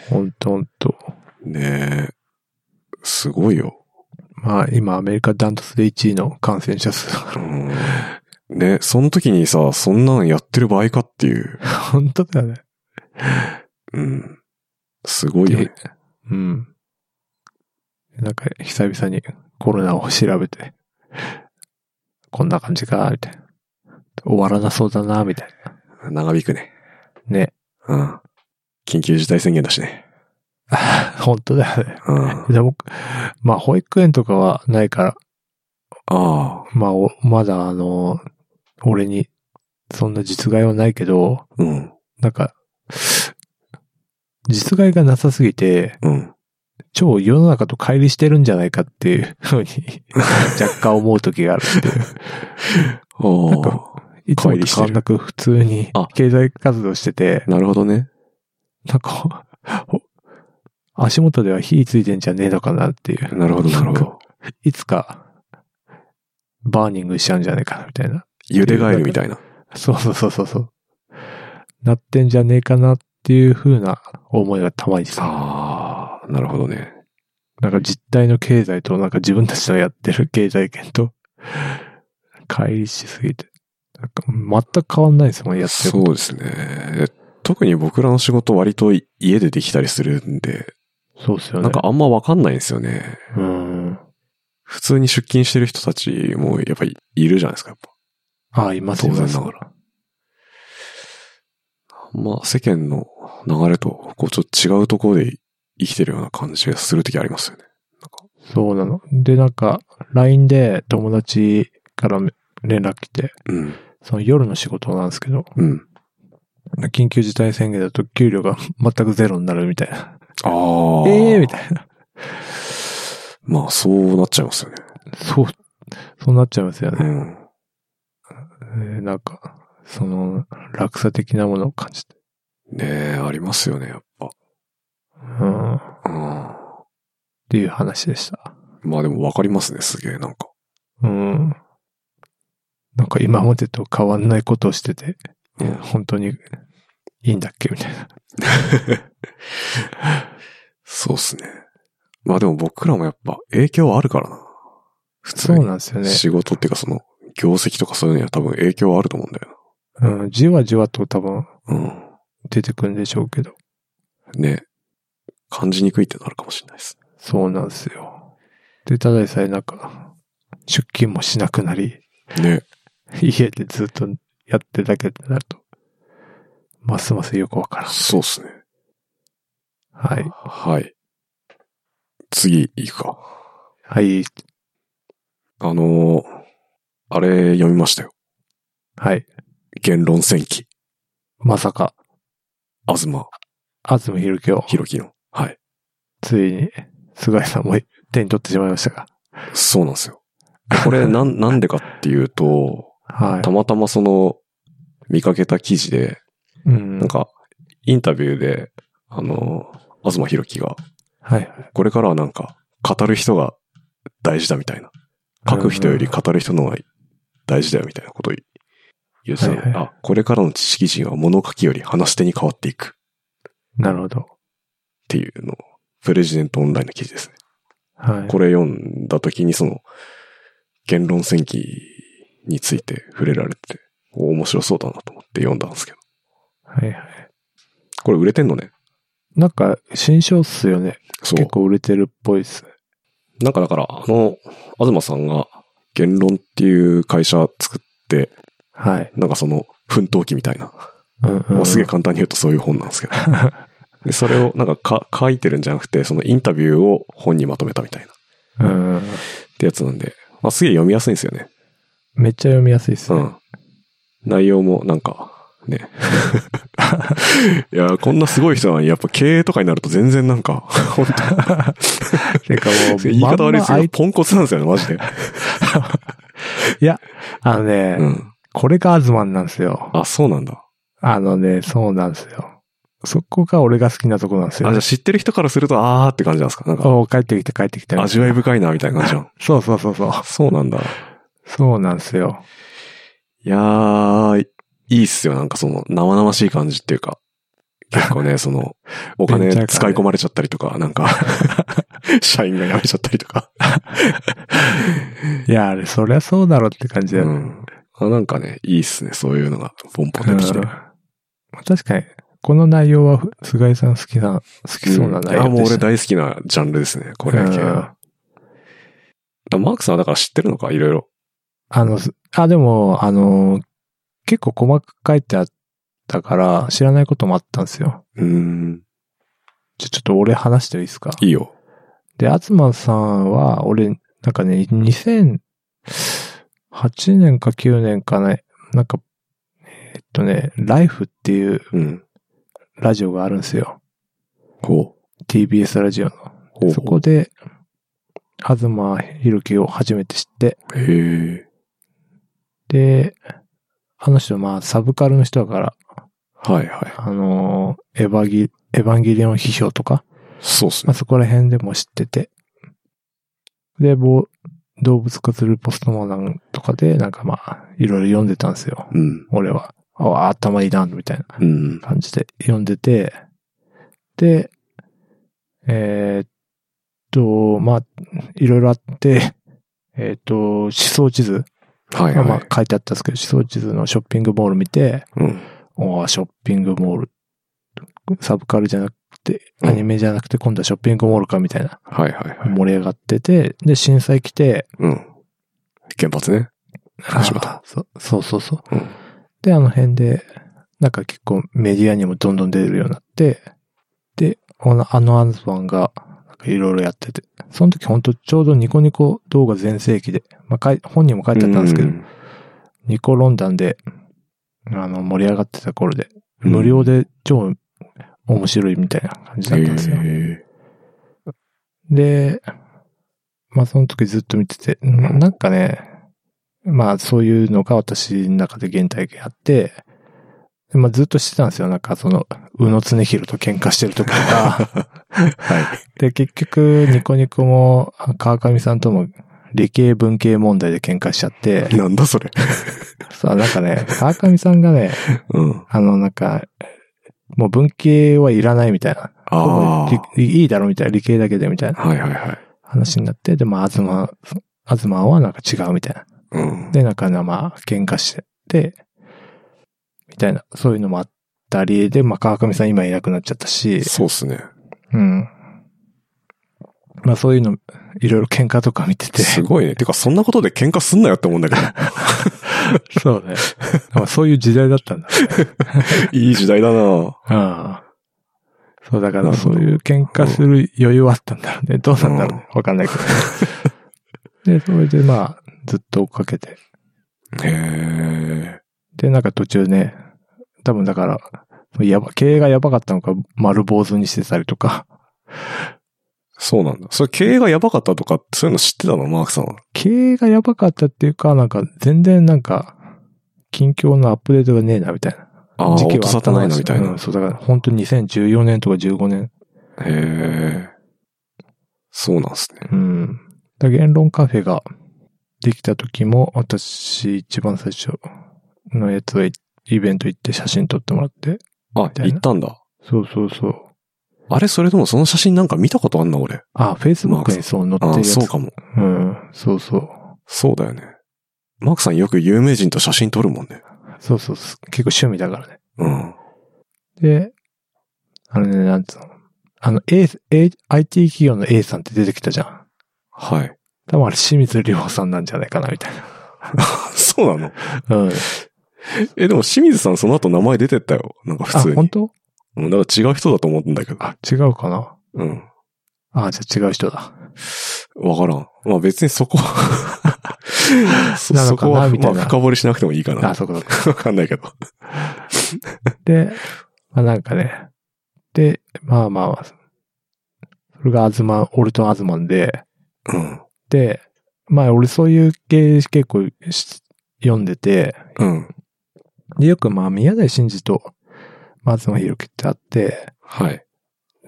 ほんとほんと。
ねえ。すごいよ。
まあ今アメリカダントツで1位の感染者数。 *laughs*
うんね、その時にさ、そんなのやってる場合かっていう。
本当だよね。
うん。すごいよね。
うん。なんか、久々にコロナを調べて、こんな感じか、みたいな。終わらなそうだな、みたい
長引くね。
な。ね。 *laughs*
うん。緊急事態宣言だしね。
本当だよね。 *laughs*
うん。あ
でも、まあ、保育園とかはないから、
あ。
まあ、おまだ、あの、俺に、そんな実害はないけど、
うん。
なんか、実害がなさすぎて、
うん。
超世の中と乖離してるんじゃないかっていう *laughs* ふうに、若干思う時があるっていう。なん
あ
かいつもと変わんなく普通に
あ
経済活動してて
あ。、なるほどね。
なんか、ほ足元では火ついてんじゃねえのかなっていう。
なるほど、なる
な
ほ
んか
ど。
いつか、バーニングしちゃうんじゃねえかな、みたいな。
茹で返るみたいな。
そうそうそうそうそう。なってんじゃねえかなっていう風な思いがたまにさ、
ああ。なるほどね。
なんか実体の経済となんか自分たちのやってる経済圏と、乖離しすぎて。なんか全く変わんないですもん、やってる
そうですね。特に僕らの仕事割と家でできたりするんで、
そうですよね。
なんか、あんまわかんないんですよね。
うん。
普通に出勤してる人たちもやっぱりいるじゃないですか、やっぱ。
ああ、います
当
いま
然
す
ながら。まあ、世間の流れと、こう、ちょっと違うところで生きてるような感じがするときありますよね。
そうなの。で、なんか、LINE で友達からめ連絡来て、
うん。
その夜の仕事なんですけど、
うん。
緊急事態宣言だと給料が全くゼロになるみたいな。
ああ。
ええみたいな。
まあ、そうなっちゃいますよね。
そう、そうなっちゃいますよ
う
ね。
ん。
えーなんか、その、落差的なものを感じて。
ねえ、ありますよね、やっ
うん。っ
ぱ。うん。
ていう話でした。
まあでもわかりますね、すげえ、なんか。
うん。なんか今までと変わんないことをしてて、
うん
いや本当にいいんだっけみたいな。
そうっすね。まあでも僕らもやっぱ影響はあるからな。普通
そう
に
なんですよね。
仕事っていうかその、業績とかそういうのには多分影響はあると思うんだよ
うん、じわじわと多分
な。うん。
出てくるんでしょうけど。
ね、感じにくいってなるかもしれないです。
そうなんですよ。で、ただでさえなんか、出勤もしなくなり、 *laughs*
ね。
家でずっとやってるだけってなると、ますますよくわからん。
そうっすね。
はい。
はい。次、行くか。
はい。
あのーあれ読みましたよ。
はい。
言論戦記。
まさか、
東
安住博之を、
博樹の。はい。
ついに、菅井さんも手に取ってしまいましたが。
そうなんですよ。これ、
*laughs*
なん、なんでかっていうと、
は
たまたまその、見かけた記事で、
い。うん。
なんか、インタビューで、あのー、東博樹が、
はい。
これからはなんか、語る人が大事だみたいな書く人より語る人の方が大事だよみたいなことを言ってたので、
はいはい
あ、これからの知識人は物書きより話し手に変わっていく
なるほど。
っていうのを、プレジデントオンラインの記事ですね。
はい。
これ読んだ時にその、言論戦記について触れられて、お面白そうだなと思って読んだんですけど。
はいはい。
これ売れてんのね。
なんか、新書っすよね。
そう
結。構売れてるっぽいっすね。
なんかだから、あの、東さんが言論っていう会社作って、
はい。
なんかその、奮闘記みたいな。
うんうん、
まあすげえ簡単に言うとそういう本な
*laughs*
んですけど。で、それをなんかか書いてるんじゃなくて、そのインタビューを本にまとめたみたいな。っ
うんうん。
てやつなんで、まあ、すげえ読みやすいんですよね。
めっちゃ読みやすいっす
う
ね。
ん。内容もなんか、ね。
*laughs*
いや、こんなすごい人なのに、やっぱ経営とかになると全然なんか、本
てかも
当
う、
*laughs* 言い方悪いですけ
まんま
ど、
相手
ポンコツなんですよね、
*laughs*
マジで。
あのね、
うん。
これがアズマンなんですよ。
あ、そうなんだ。あ、
あのね、そうなんですよ。そこが俺が好きなとこなんです
じゃ
よ
あ。知ってる人からすると、あーって感じなんですかなんか、
お帰ってきた帰ってきた。
味わい深いな、みたいな感じじゃ
*laughs*
ん。
そうそうそうそう。
あ、そうなんだ。
そうなんですよ。
いやー、いいっすよ。なんかその、生々しい感じっていうか。結
*laughs*
構ね、その、お
ベンチャー
金
感
使い込まれちゃったりと
*laughs*
か、なんか、社員が辞めちゃったりとか。
いや、あれ、そりゃそうだろって感じだ
う
よね。
ん。あなんかね、いいっすね。そういうのが、ポンポン出てきて
うん。確かに、この内容は、菅井さん好きな、好きそうな内
あ、
容
もう
で
俺
した。
大好きなジャンルですね。これ系
うん
は。だマークさんはだから知ってるのかいろいろ。
あの、すあ、でも、あの、結構細かく書いてあったから、知らないこともあったんですよ。
うーん。
ちょ、ちょっと俺話していいですか
いいよ。
で、東さんは、俺、なんかね、2008年か9年かね、なんか、えっとね、ライフっていう
うん。
ラジオがあるんですよ。
ほ
TBS ラジオの。
う。ほう
そこで、東博樹を初めて知って、
へえ。
で、あの人、まあ、サブカルの人だから、
はいはい。
あのーエヴァギ、エヴァンゲリオン批評とか、
そうっす
まあ、
ね。
そこら辺でも知ってて。で、ぼ動物化するポストモダンとかで、なんかまあ、いろいろ読んでたんですよ。
うん。
俺は。あ頭いいな、みたいな
うん。
感じで読んでて。で、えーっと、まあ、いろいろあって、 *laughs* えーっと、思想地図。
はい
まあま
は
あ書いてあったんですけど、思想地図のショッピングモール見て、
い。うん。
おーショッピングモール。サブカルじゃなくて、
うん
アニメじゃなくて、今度はショッピングモールかみたいな、
はいはいはい。
盛り上がってて、で、震災来て、
うん。原発ね。始め
あーそそうそうそう。
うん。
で、あの辺で、なんか結構メディアにもどんどん出るようになって、で、あの、あのアンズワンが、いろいろやってて、その時本当ちょうどニコニコ動画全盛期で、まあかい、本にも書いてあったんですけど、
うん
ニコロンダンで、あの、盛り上がってた頃で、無料で超面白いみたいな感じだったんですよ。
へ
で、まあその時ずっと見てて、ななんかね、まあそういうのが私の中で原体験あって、でまあずっとしてたんですよ。なんかその、宇野恒弘と喧嘩してる時とか。
え *laughs* は
で、結局、ニコニコも、あ川上さんとも、理系文系問題で喧嘩しちゃって
い。、なんだそれ。
さあなんかね、川上さんがね、
うん。
あのなんか、もう文系はいらないみたいな。
ああ。
理いいだろみたいな、理系だけでみたいな
はいはいはい。
話になって、で、まあ、東東はなんか違うみたいな。
うん。
で、なんかな、まあ、喧嘩して、で、みたいな、そういうのもあったり、で、まあ、川上さん今いなくなっちゃったし、
そうっすね。
うん。まあ、そういうの、いろいろ喧嘩とか見てて、
すごいね。てか、そんなことで喧嘩すんなよって思うん
*laughs*
だけど。
そうね。 *laughs* まあ、そういう時代だったんだ。
いい時代だな
うん。そう、だから
なるほ
そう
ど
いう喧嘩する余裕はあったんだろうね。どうなんだろうね。わかんないけど。で、それでまあ、ずっと追っかけて。
へえ。
で、なんか途中ね、多分だから、やば、経営がやばかったのか、丸坊主にしてたりとか、 *laughs*
そうなんだ。それ経営がやばかったとか、そういうの知ってたのマークさんは。
経営がやばかったっていうか、なんか全然なんか、近況のアップデートがねえな、みたいな。
ああ、
時期
音
は
沙汰ないな、みたい
うん
な。
そう、だから本当に2014年とか15年。
へえ。そうなんすね。
うん。だから言論カフェが、できた時も、私一番最初のやつへイベント行って写真撮ってもらって。
あ、行ったんだ。
そうそうそう。
あれ、それともその写真なんか見たことあんな、俺。
あ、Facebook にそう載ってる
あ
やつ。
そうかも。
うん。そうそう。
そうだよね。マークさんよく有名人と写真撮るもんね。
そうそうそう。結構趣味だからね。
うん。
で、あのね、なんつうの。あの、A、A、IT 企業の A さんって出てきたじゃん。 *laughs*
はい。
多分あれ清水亮さんなんじゃないかな、みたい
そうなの
な。うん。
*laughs* え、でも清水さんその後名前出てったよ。なんか普
あ、
通
本
に。
当
うん、だから違う人だと思うんだけど。
あ、違うかな。
うん。
あ、じゃあ違う人だ。
わからん。まあ別にそこは
*laughs*
そ、
なの
そ
かな
こは、
みた
ま
い
あ
な
深掘りしなくてもいいかな。
あ、
わ
そうかそうか。
かんないけど。
で、まあなんかね。で、まあまあまあ、それがアズマン、俺とアズマンで、
うん。
で、まあ俺そういう系結構し読んでて、
うん。
で、よくまあ、宮台真司と松野博樹ってあって、
はい。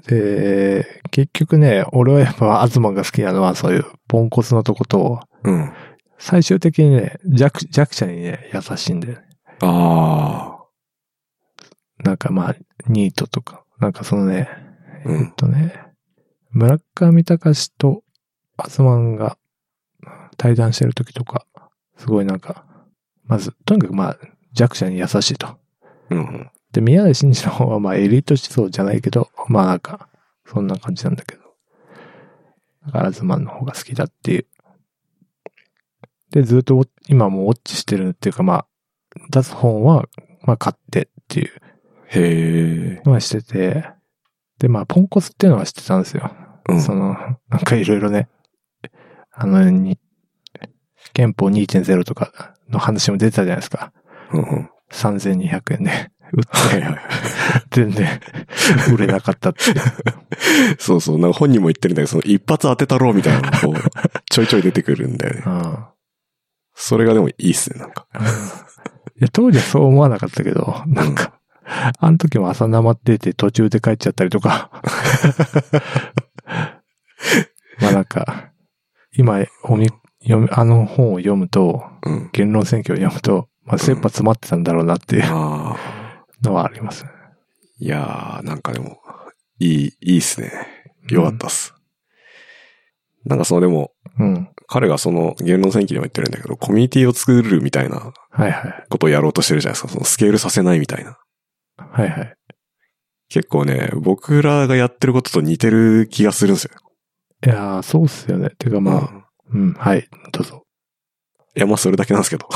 で、結局ね、俺はやっぱ東が好きなのはそういうポンコツのとこと、
うん。あ
最終的にね、弱、弱者にね、優しいんだよね。
あ
なんかまあ、ニートとか、なんかそのね、
ー。う
えっ
ん。
とね、村上隆と東が対談してる時とか、すごいなんか、まず、とにかくまあ、弱者に優しいと。
うん。
で、宮台真司の方はまあエリート思想じゃないけど、まあなんか、そんな感じなんだけど。だから、アズマンの方が好きだっていう。で、ずっとウォッ今もウォッチしてるっていうかまあ、出す本は、まあ買ってっていう
へえ。
のはしてて、で、まあ、ポンコツっていうのは知ってたんですよ。
うん。
その、なんかいろいろね、あの、に憲法2.0とかの話も出てたじゃないですか。
うんうん。
3200円で売っ
は
て
いはい。
全然 *laughs* 売れなかったっていう。
そうそう。なんか本人も言ってるんだけど、その一発当てたろうみたいなのが
*laughs*
こう、ちょいちょい出てくるんだよね
う。ん
それがでもいいっすね、なんか。
いや、当時はそう思わなかったけど、なんか、あの時も朝生出て途中で帰っちゃったりとか。 *laughs* まあなんか、今おみ読み、あの本を読むと、
うん。
言論選挙を読むと、まあ、切羽詰まってたんだろうなっていう
ああ。
のはあります。
いやー、なんかでも、いい、いいっすね。よかったっす。なんかそのでも、
うん。
彼がその言論選挙でも言ってるんだけど、コミュニティを作るみたいな
はいはい。
ことをやろうとしてるじゃないですか。そのスケールさせないみたいな。
はいはい。
結構ね、僕らがやってることと似てる気がするんですよ。
いやー、そうっすよね。てかまあ、
あ。
うん、はい、どうぞ。
いや、まあそれだけなんですけど。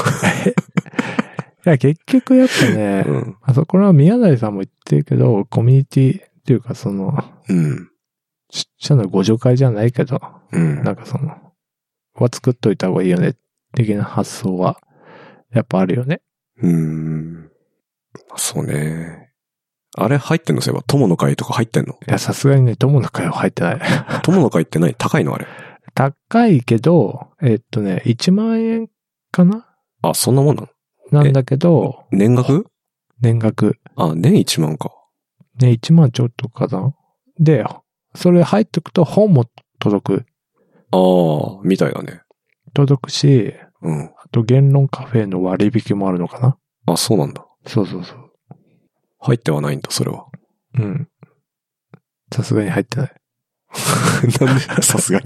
いや、結局やっぱね、
うん。
あそこらは宮台さんも言ってるけど、コミュニティっていうかその、
うん。
ちっちゃなご助会じゃないけど、
うん。
なんかその、は作っといた方がいいよね、的な発想は、やっぱあるよね。
うーん。そうね。あれ入ってんのそういえば、友の会とか入ってんの
いや、さすがにね、友の会は入ってない。 *laughs*
友の会って何高いのあれ。
高いけど、えっとね、1万円かな
あ、そんなもんなの
なんだけど、
年額
年額。
あ、年1万か。
ね、1万ちょっとかな。で、それ入ってくと本も届く。
ああ、みたいだね。
届くし、
うん。
あと言論カフェの割引もあるのかな
あ、そうなんだ。
そうそうそう。
入ってはないんだ、それは。
うん。さすがに入ってない。
*laughs* なんで、さすがに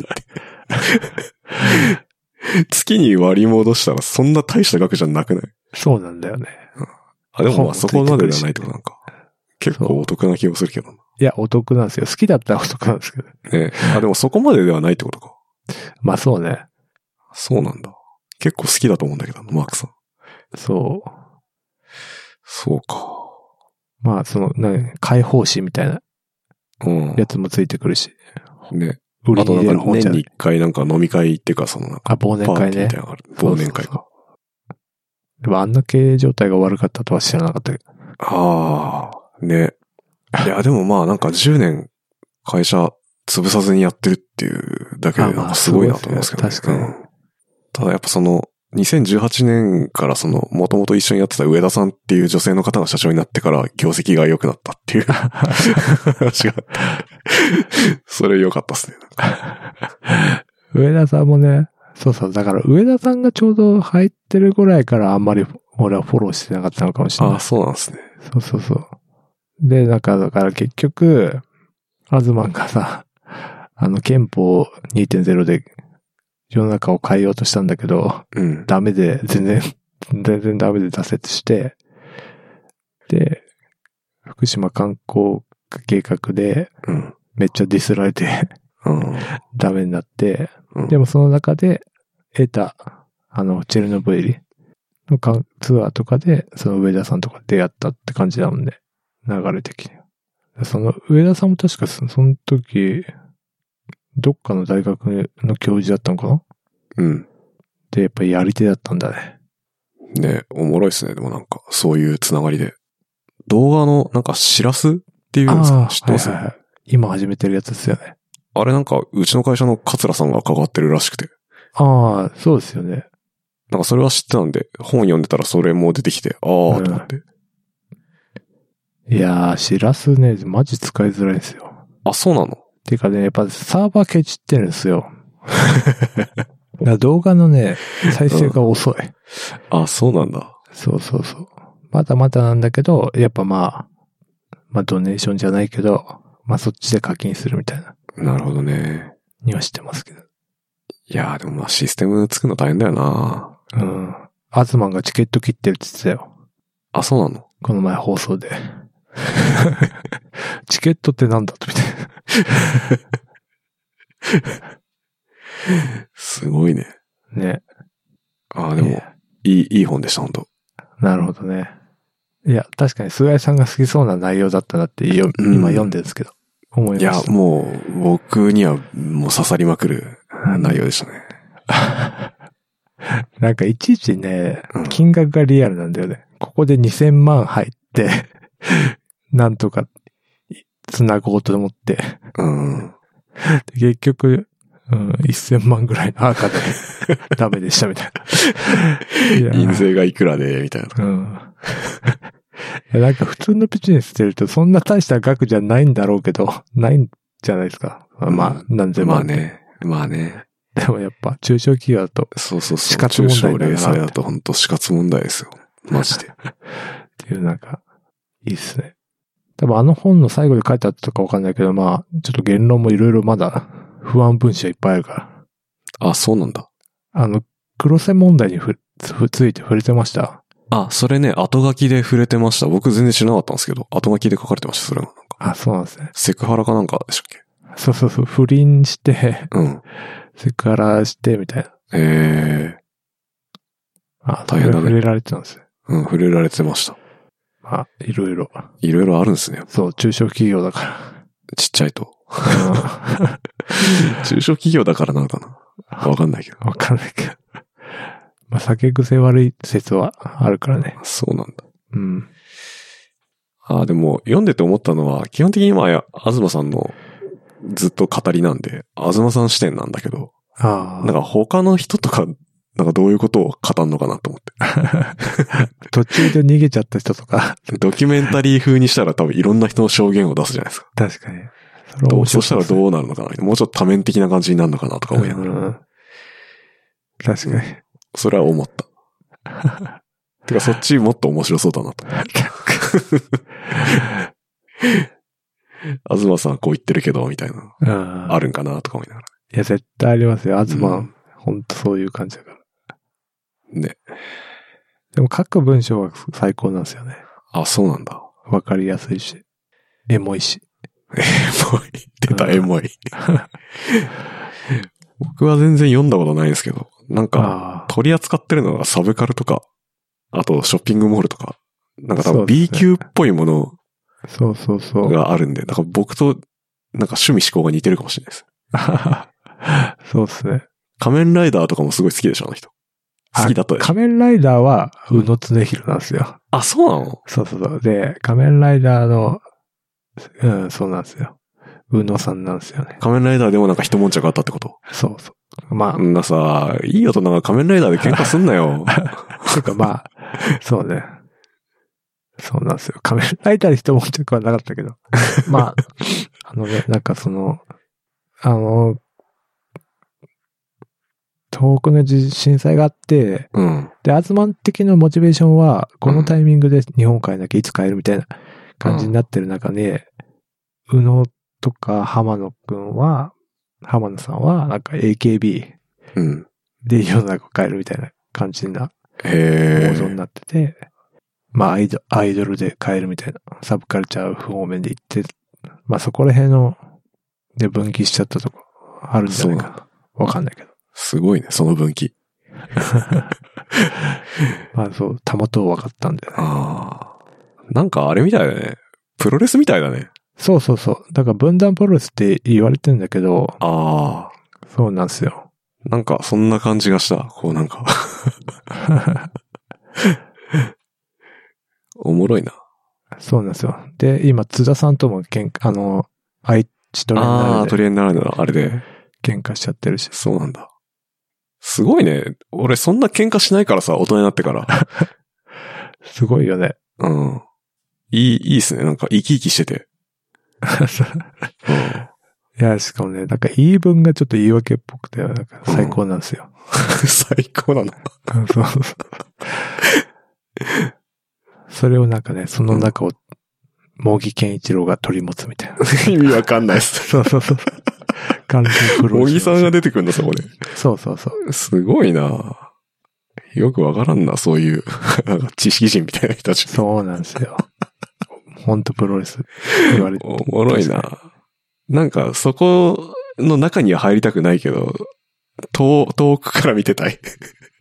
って。 *laughs* 月に割り戻したらそんな大した額じゃなくない
そうなんだよね。
あ、でもま
本も
あ
つい
そ
て
こまでじゃ
くるし
ないとなんか、結構お得な気もするけど
いや、お得なんですよ。好きだったらお得なんですけど。
な。ねあ、でもそこまでではないってことか。
まあそうね。
そうなんだ。結構好きだと思うんだけどな、マークさん。
そう。
そうか。
まあその、な解放誌みたいな
うん。
やつもついてくるし。
ね。
売り
あと
に
な
出る
んか
本じ
年
ゃない
に一回なんか飲み会っていうかそのなんか
あ、忘
パ
年
ー
会
ティーみ
ね
たい。なのがある。忘年会
そうそう
か。
でもあんな経営状態が悪かったとは知らなかったけど。
ああ、ね。いや、 *laughs* でもまあなんか10年会社潰さずにやってるっていうだけで
あまあ
なんかすごいなと思うんですけど、ね。
すごいですね確
うんただやっぱその、2018年からその、もともと一緒にやってた上田さんっていう女性の方が社長になってから業績が良くなったっていう *laughs* 話があって。それ良かったっすね。
上田さんもね、そうそう。だから、上田さんがちょうど入ってるぐらいからあんまり俺はフォローしてなかったのかもしれ
あ
な
あ、
い。
そうなんですね。
そうそうそう。で、なんか、だから結局、アズマンがさ、 *laughs* あの、憲法2.0で世の中を変えようとしたんだけど、
うん。
ダメで、全然、 *laughs* 全然ダメで挫折して、で、福島観光計画で
うん。
めっちゃディスられて
うん。
ダメになって、
うん
でもその中で得た、あの、チェルノブイリのかんツアーとかで、その上田さんとか出会ったって感じだもんね。流れ的に。その上田さんも確かそその時、どっかの大学の教授だったのかな
うん。
で、やっぱりやり手だったんだね。
ね、おもろいっすね。でもなんか、そういうつながりで。動画の、なんか、しらすっていうんですか知ってます、
はいはいはい今始めてるやつですよね。
あれなんか、うちの会社の桂さんが関わってるらしくて。
ああ、そうですよね。
なんか、それは知ってたんで、本読んでたらそれも出てきて、あーってなって。
いやー、しらすね、マジ使いづらいんですよ。
あ、そうなの
てかね、やっぱサーバーケチってるんです
*laughs*
よ。だから動画のね、再生が遅い。
あ、そうなんだ。
そうそうそう。まだまだなんだけど、やっぱまあ、まあドネーションじゃないけど、まあそっちで課金するみたいな、
なるほどね。
にはしてますけど。
いやーでもまあ、システム作るの大変だよな
うん。アズマンがチケット切ってるって言ってたよ。
あ、そうなの
この前放送
*laughs*
で。チケットってなんだと、みたいな。
すごいね。
ね。
あーで
い
も
や、
いい、いい本でした、本当
なるほどね。いや、確かに菅井さんが好きそうな内容だったなってよ、
うん
今読んでるんですけど、思
い
いま
や
し、た。
もう、僕にはもう刺さりまくる内容でしたね。
なんかいちいちね
うん、
金額がリアルなんだよね。ここで2000万入って、 *laughs* なんとか、繋ごうと思って、
うん。
で結局、うん、1000万ぐらいの赤で、 *laughs* ダメでしたみたいな。
*laughs*
いや
印税がいくらで、みたいな。
うん。いやなんか普通のビジネスしてるとそんな大した額じゃないんだろうけど、ないんじゃないですか。まあ、何千
まあ
万。
ね。まあね。
でもやっぱ中小企業だと、
そうそうそう。
死活問題だな
中小零細だと本当死活問題ですよ。マ *laughs* ジで。
っていうなんか、いいっすね。多分あの本の最後で書いてあったかわかんないけど、まあ、ちょっと言論もいろいろまだ不安分子はいっぱいあるから。
あ、そうなんだ。
あの、黒瀬問題にふふついて触れてました。
あ、それね、後書きで触れてました。僕全然知らなかったんですけど、後書きで書かれてました、それが。なんか
あ、そうなんですね。
セクハラかなんかでしたっ
そうそうそう。不倫して、
けうん。
セクハラして、みたいな。
ええ
あ、
大変だね
それ触れられてたんですよ。
うん、触れられてました。
まあ、いろいろ。
いろいろあるんですね。
そう、中小企業だか
ちっちゃいと。
ら。
中小企業だからなのかな。わかんないけど。
うん *laughs* わかんないけど。まあ、酒癖悪い説はあるからね。
そうなんだ。
うん。
ああ、でも、読んでて思ったのは、基本的に今、や東さんのずっと語りなんで、東さん視点なんだけど、
あ
なん
あ。
か他の人とか、なんかどういうことを語るのかなと思って。
途中で逃げちゃった人とか。 *laughs*
ドキュメンタリー風にしたら多分いろんな人の証言を出すじゃないですか。
確かに。
どうそしたら
う
どうなるのかなもうちょっと多面的な感じになるのかなとか思いながら、
ん確かに。
それは思った。 *laughs* てかそっちもっと面白そうだなと。東さんはこう言ってるけど、みたいな、
うん。
あるんかなとか思いながら。
いや、絶対ありますよ。アズマ
う
ン。ほんとそういう感じだから。
ね。
でも書く文章は最高なんですよね。
あ、そうなんだ。
わかりやすいし。エモいし。
エモい。出た、
うん
エモい。 *laughs* 僕は全然読んだことないんですけど、なんか、
あ
取り扱ってるのがサブカルとか、あとショッピングモールとか、なんか多
そ
分
うで
B
すね
級っぽいもの
あ。そうそうそう。
があるんで、なんか僕と、なんか趣味思考が似てるかもしれないです。
*laughs* そうですね。
仮面ライダーとかもすごい好きでしょ、あの人。好きだった
あ
でしょ。
仮面ライダーは、宇野恒弘なんですよ。
あ、そうなの
そうそうそう。で、仮面ライダーの、うん、そうなんですよ。宇野さんなんですよね。
仮面ライダーでもなんか一悶着あったってこと
そうそう。まあ
あ、んなさ、いい大人が仮面ライダーで喧嘩すん
*laughs*
なよ。
とか、まあ、そうね。そうなんですよ。仮面ライダーに一文着はなかったけど。まあ、あのね、なんかその、あの、東北の地震災があって、
うん。
で、アズマン的なモチベーションは、このタイミングで日本帰らなきゃいつ帰るみたいな感じになってる中で、宇野とか浜野くんは、浜野さんは、なんか AKB
うん。
で世の中を変えるみたいな感じな
へ
構造に
え。
なってて、まあアイドアイドルで変えるみたいな、サブカルチャー方面で行って、まあそこら辺の、で分岐しちゃったとこあるんじゃないか
そう
な。わかんないけど。
すごいね、その分岐。
まあそう、たもと分かったんだよね。
ああ。なんかあれみたいだね。プロレスみたいだね。
そうそうそう。だから分断プロレスって言われてんだけど、
ああ。
そうなんですよ。
なんかそんな感じがした。こうなん *laughs* かおもろいな。
そうなんですよ。で、今、津田さんとも喧嘩、あの、愛知トレー
あ
ナ
あ、
ー
取
で
り合いにならないのあれで。
喧嘩しちゃってるし。
そうなんだ。すごいね。俺そんな喧嘩しないからさ、大人になってから。 *laughs*
すごいよね。
うん。いい、いいっすね。なんか生き生きしてて。
*laughs* いや、しかもね、なんか言い分がちょっと言い訳っぽくて、なんか最高なんですよ。
*laughs* 最高だなの。
うん *laughs* そうそう。それをなんかね、その中を、茂木健一郎が取り持つみたいな。
意味わかんないっ *laughs* す。
*laughs* そうそうそう。完全
小木さんが
ね。
出てくるんだ、そこで。
そうそうそう。
すごいなよくわからんな、そういう、 *laughs* なんか知識人みたいな人たち。
そうなんですよ。ほんとプロレス言
*laughs*
われて。
おもろいななんか、そこの中には入りたくないけど、遠、遠くから見てたい。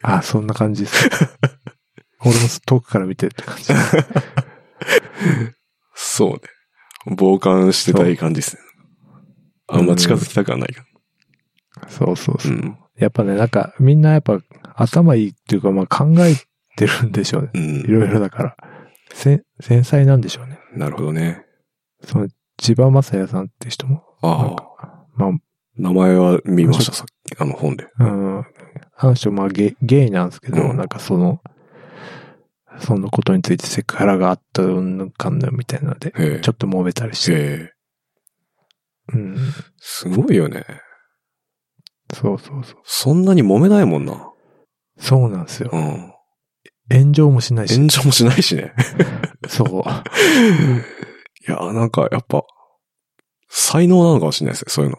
あ、そんな感じです。俺も遠くから見てるって感じ。
そうね。傍観してたい感じですね。あんま近づきたくはないか。
そうそうそうう。
ん。
やっぱね、なんかみんなやっぱ頭いいっていうか、まあ考えてるんでしょうね。
う
い
ん。
ろいろだから。せん繊細なんでしょうね。
なるほどね。
その、千葉雅也さんって人も、
あ
なん
あ。
かまあ、
名前は見ました、さっき。あの本で。
うん、あの人、まあゲ、ゲイなんですけど、
うん
なんかその、そのことについてセクハラがあったうんぬんかんぬんみたいなので、
へえ。
ちょっと揉めたりし
へ
て、
え。
うん、
すごいよね。
そうそうそう。
そんなに揉めないもんな。
そうなんですよ
う。ん。
炎上もしないし、
炎上もしないしね。
そう。
*laughs* いや、なんかやっぱ、才能なのかもしれないですね、そういうの。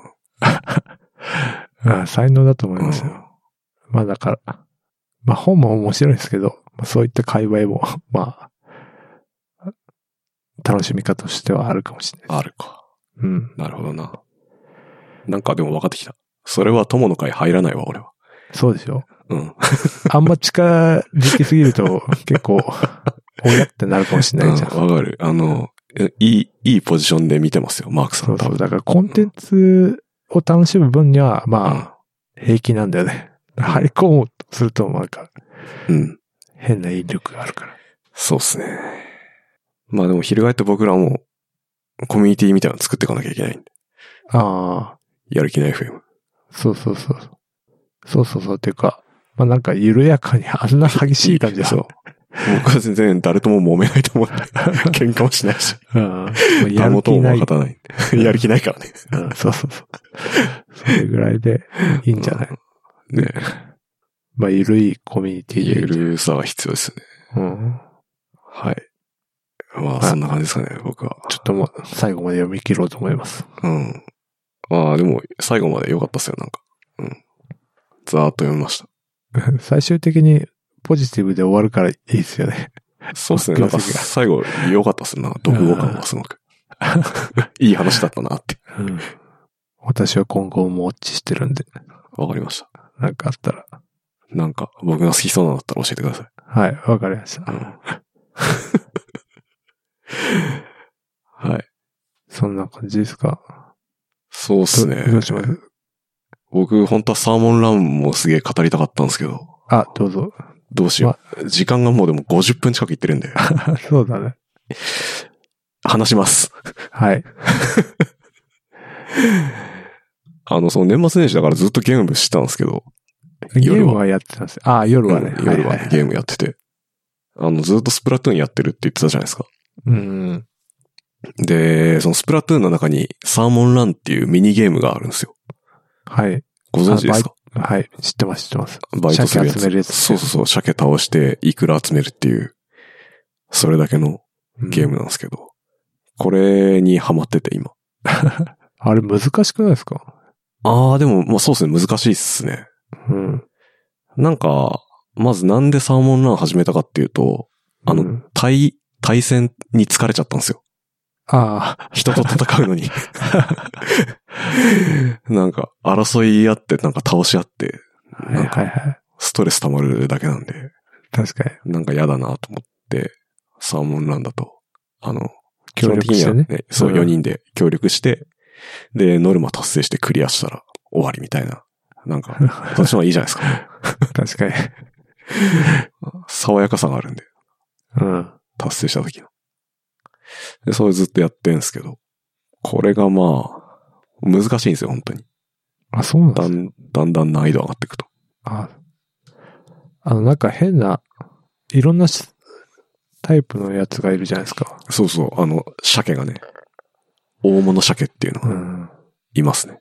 *laughs* うん才能だと思い
うん
ますよ。まあだから、まあ本も面白いですけど、まあ、そういった界隈も、 *laughs* まあ、楽しみ方としてはあるかもしれない。
あるか。
うん。
なるほどな。なんかでも分かってきた。それは友の会入らないわ、俺は。
そうでしょ
うん。
あんま近づきすぎる *laughs* と結構、親ってなるかもしれないじゃん。
うんわかる。あの、えいい、いいポジションで見てますよ、マークさ
そ
ん。
う
多
そう。
分。
だからコンテンツを楽しむ分には、まあ、
あ
平気なんだよね。入り込もうとすると、なんか、
うん。
変な引力があるから。
そうっすね。まあでも、翻って僕らも、コミュニティみたいなの作っていかなきゃいけないんで。
ああ、
やる気ない FM。
そうそうそう。そうそうそう。っていうか、まあなんか緩やかに、あんな激しい感じで
そう。僕は全然誰とも揉めないと思って、喧嘩もしないし。
うん。もう *laughs* や
誰
る
もと
気
も
ない。
分からない。やる気ないからね。
うん、そうそうそう。それぐらいでいいんじゃない、
ね
まあ、ゆるいコミュニティで
ゆ
いいんじゃない。
るさが必要ですね。
うん。
はい。まあ、
はい
そんな感じですかね、僕は。
ちょっともう最後まで読み切ろうと思います。
うん。まあ、でも、最後まで良かったっすよ、なんか。うん。ざーっと読みました。
*laughs* 最終的にポジティブで終わるからいいですよね。
そうですね、
僕は
なんか、
そうです
最後、良かったっすな、独語感がす
*laughs*
ごく。いい話だったなって。
うん。私は今後もウォッチしてるんで、
わかりました。
なんかあったら。
なんか、僕が好きそうなのだったら教えてください。
はい、わかりました
う。んはい。
そんな感じですか
そうっすね。
どどうします
僕、本当はサーモンランもすげえ語りたかったんですけど、
あ、どう *laughs* ぞ。
どうしよう。時間がもうでも50分近くいってるんで、
そうだね。
話します。
はい。
あの、その年末年始だからずっとゲームしてたんですけど、
ゲー
夜
ム
は、
はやってたんですよ。あ、夜はね。
うん夜は
はい
ね
いい
ゲームやってて、あの、ずっとスプラトゥーンやってるって言ってたじゃないですか。
うん。
で、そのスプラトゥーンの中にサーモンランっていうミニゲームがあるんですよ。
はい。
ご存知ですか
はい。知ってます、知ってます。
バイトするや
鮭
つ。
集めるやつ
そうそうそう、鮭倒して、イクラ集めるっていう、それだけのゲームなんですけど、これにハマってて今。
あれ難しくないですか
ああ、でも、まあそうですね、難しいっすね。
うん。
なんか、まずなんでサーモンラン始めたかっていうと、あの
うん
対、対戦に疲れちゃったんですよ。
ああ、
人と戦う
*laughs*
のに。なんか、争い合って、なんか倒し合って、
はい
なん
はい
か、
はい。
ストレス溜まるだけなんで、
確かに。
なんか嫌だなと思って、サーモンランだと、あの、
協力してね
基本的にはそう、
うん
4人で協力して、で、ノルマ達成してクリアしたら終わりみたいな。な
*laughs*
んか、そっちの方がいいじゃないで
確
すか。
かに。
爽やかさがあるんで、
うん。
達成した時の。で、それずっとやってんすけど、これがまあ、難しいんですよ、本当に。
あ、そうなんだ
だ。ん、だんだん難易度上がっていくと。
あ、あの、なんか変な、いろんなしタイプのやつがいるじゃないですか。
そうそう、あの、鮭がね、大物鮭っていうの
う
が
ん。
いますね。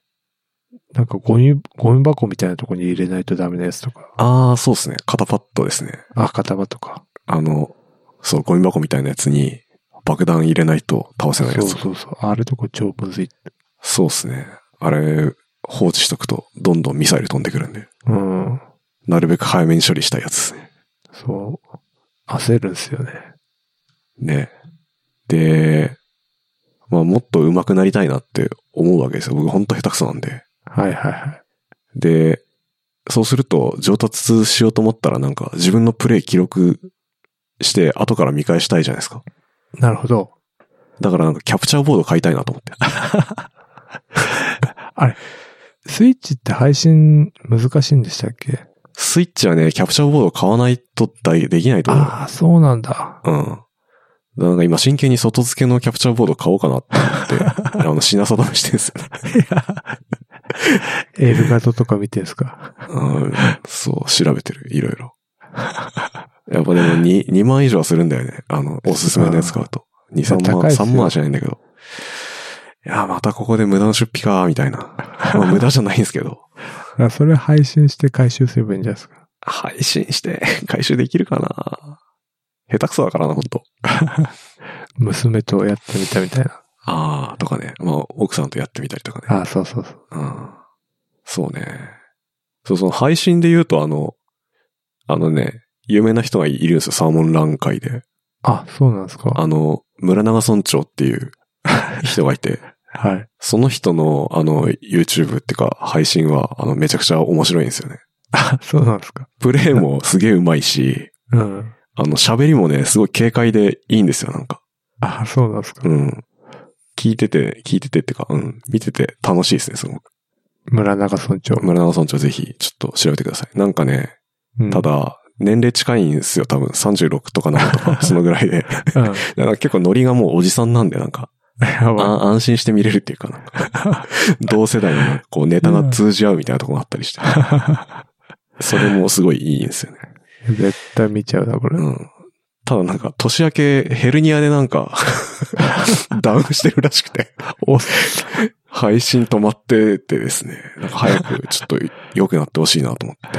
なんかゴミ、ゴミ箱みたいなとこに入れないとダメなやつとか、
ああ、そうですね。肩パッドですね。
あ、片場とか。
あの、そう、ゴミ箱みたいなやつに爆弾入れないと倒せないや
そう
つ。
そうそう。あれとこ超むずい。
そうですね。あれ、放置しとくと、どんどんミサイル飛んでくるんで、
うん。
なるべく早めに処理したいやつですね。
そう。焦るんですよね。
ね。で、まあ、もっと上手くなりたいなって思うわけですよ。僕、ほんと下手くそなんで。
はいはいはい。
で、そうすると、上達しようと思ったら、なんか、自分のプレイ記録して、後から見返したいじゃないですか。
なるほど。
だから、なんか、キャプチャーボード買いたいなと思って。
スイッチって配信難しいんでしたっけ
スイッチはね、キャプチャーボードを買わないとだいできないと思う。
ああ、そうなんだ。
うん。だからなんか今真剣に外付けのキャプチャーボード買おうかなって思って、あの、品定めしてるんですよね。
エルガトとか見てんすか。
うん、そう、調べてる、いろいろ。 *laughs* やっぱでも2、2万以上はするんだよね。あの、おすすめのやつ買うと。2、
いや
3
高い
万、
っすよ
3万はしないんだけど。いや、またここで無駄の出費か、みたいな。まあ無駄じゃないんですけど。
あそれ配信して回収すればいいんじゃないですか。
配信して回収できるかな下手くそだからな、ほんと。
娘とやってみたみたい
*laughs*
な。
ああ、とかね。まあ、奥さんとやってみたりとかね。
ああ、そうそうそう。
うん。そうね。そう、その配信で言うと、あの、あのね、有名な人がいるんですよ、サーモンラン会で。
あ、そうなんですか。
あの、村長村長っていう *laughs* 人がいて、
はい。
その人の、あの、YouTube っていうか、配信は、あの、めちゃくちゃ面白いんですよね。
あ、そうなんですか。
プレイもすげえうまいし、
うん。
あの、喋りもね、すごい軽快でいいんですよ、なんか。
あ、そうなんですか。
うん。聞いてて、聞いててっていうか、うん、見てて楽しいですね、すごく。
村中村長。
村長村長ぜひ、ちょっと調べてください。なんかね、
うん
た。だ、年齢近いんですよ、多分。36とか7とか、そのぐらいで。 *laughs*
うん。
だから結構ノリがもうおじさんなんで、なんか、
やばい。
あ安心して見れるっていうかなん
*laughs*
か同世代のねこうネタが通じ合うみたいなとこがあった
*laughs*
りして。それもすごいいいんですよね。
絶対見ちゃうな、これ。
うん。ただなんか、年明けヘルニアでな
*laughs*
んか、ダウンしてるらしくて、配信止まっててですね、なんか早くちょっと良くなってほしいなと思
*laughs*
っ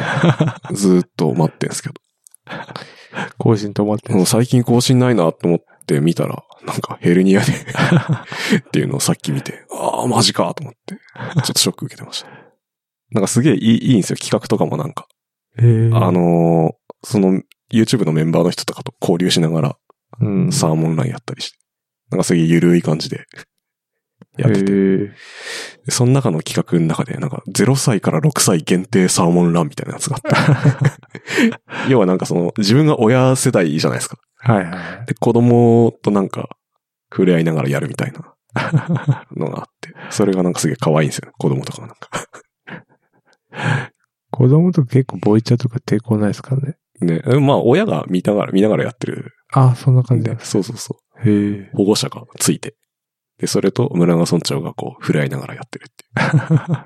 て、ずーっと待ってるんですけど。
更新止まって
も
る
う最近更新ないなと思って見たら、なんかヘルニアでっていうのをさっき見て、ああ、マジかと思って、ちょっとショック受けてました。なんかすげえいいいいんですよ、企画とかもなんか。
えー
あ、のーその YouTube のメンバーの人とかと交流しながら
うん。
サーモンラインやったりして。なんかすげえゆるい感じでやってて。
えー
その中の企画の中で、なんか0歳から6歳限定サーモンランみたいなやつがあって。要はなんかその自分が親世代じゃないですか。
はいはい。
で、子供となんか、触れ合いながらやるみた
*laughs*
いなのがあって、それがなんかすげえ可愛いんですよね。子供とかがなんか。
子供とか結構ボイチャとか抵抗ないですからね。
ね、まあ親が見ながら、見ながらやってる
あ、そんなん感じ
で
なんです。
そうそうそ
へえ
う。。保護者がついて。で、それと村が村長がこう、触れ合いながらやってる
*laughs*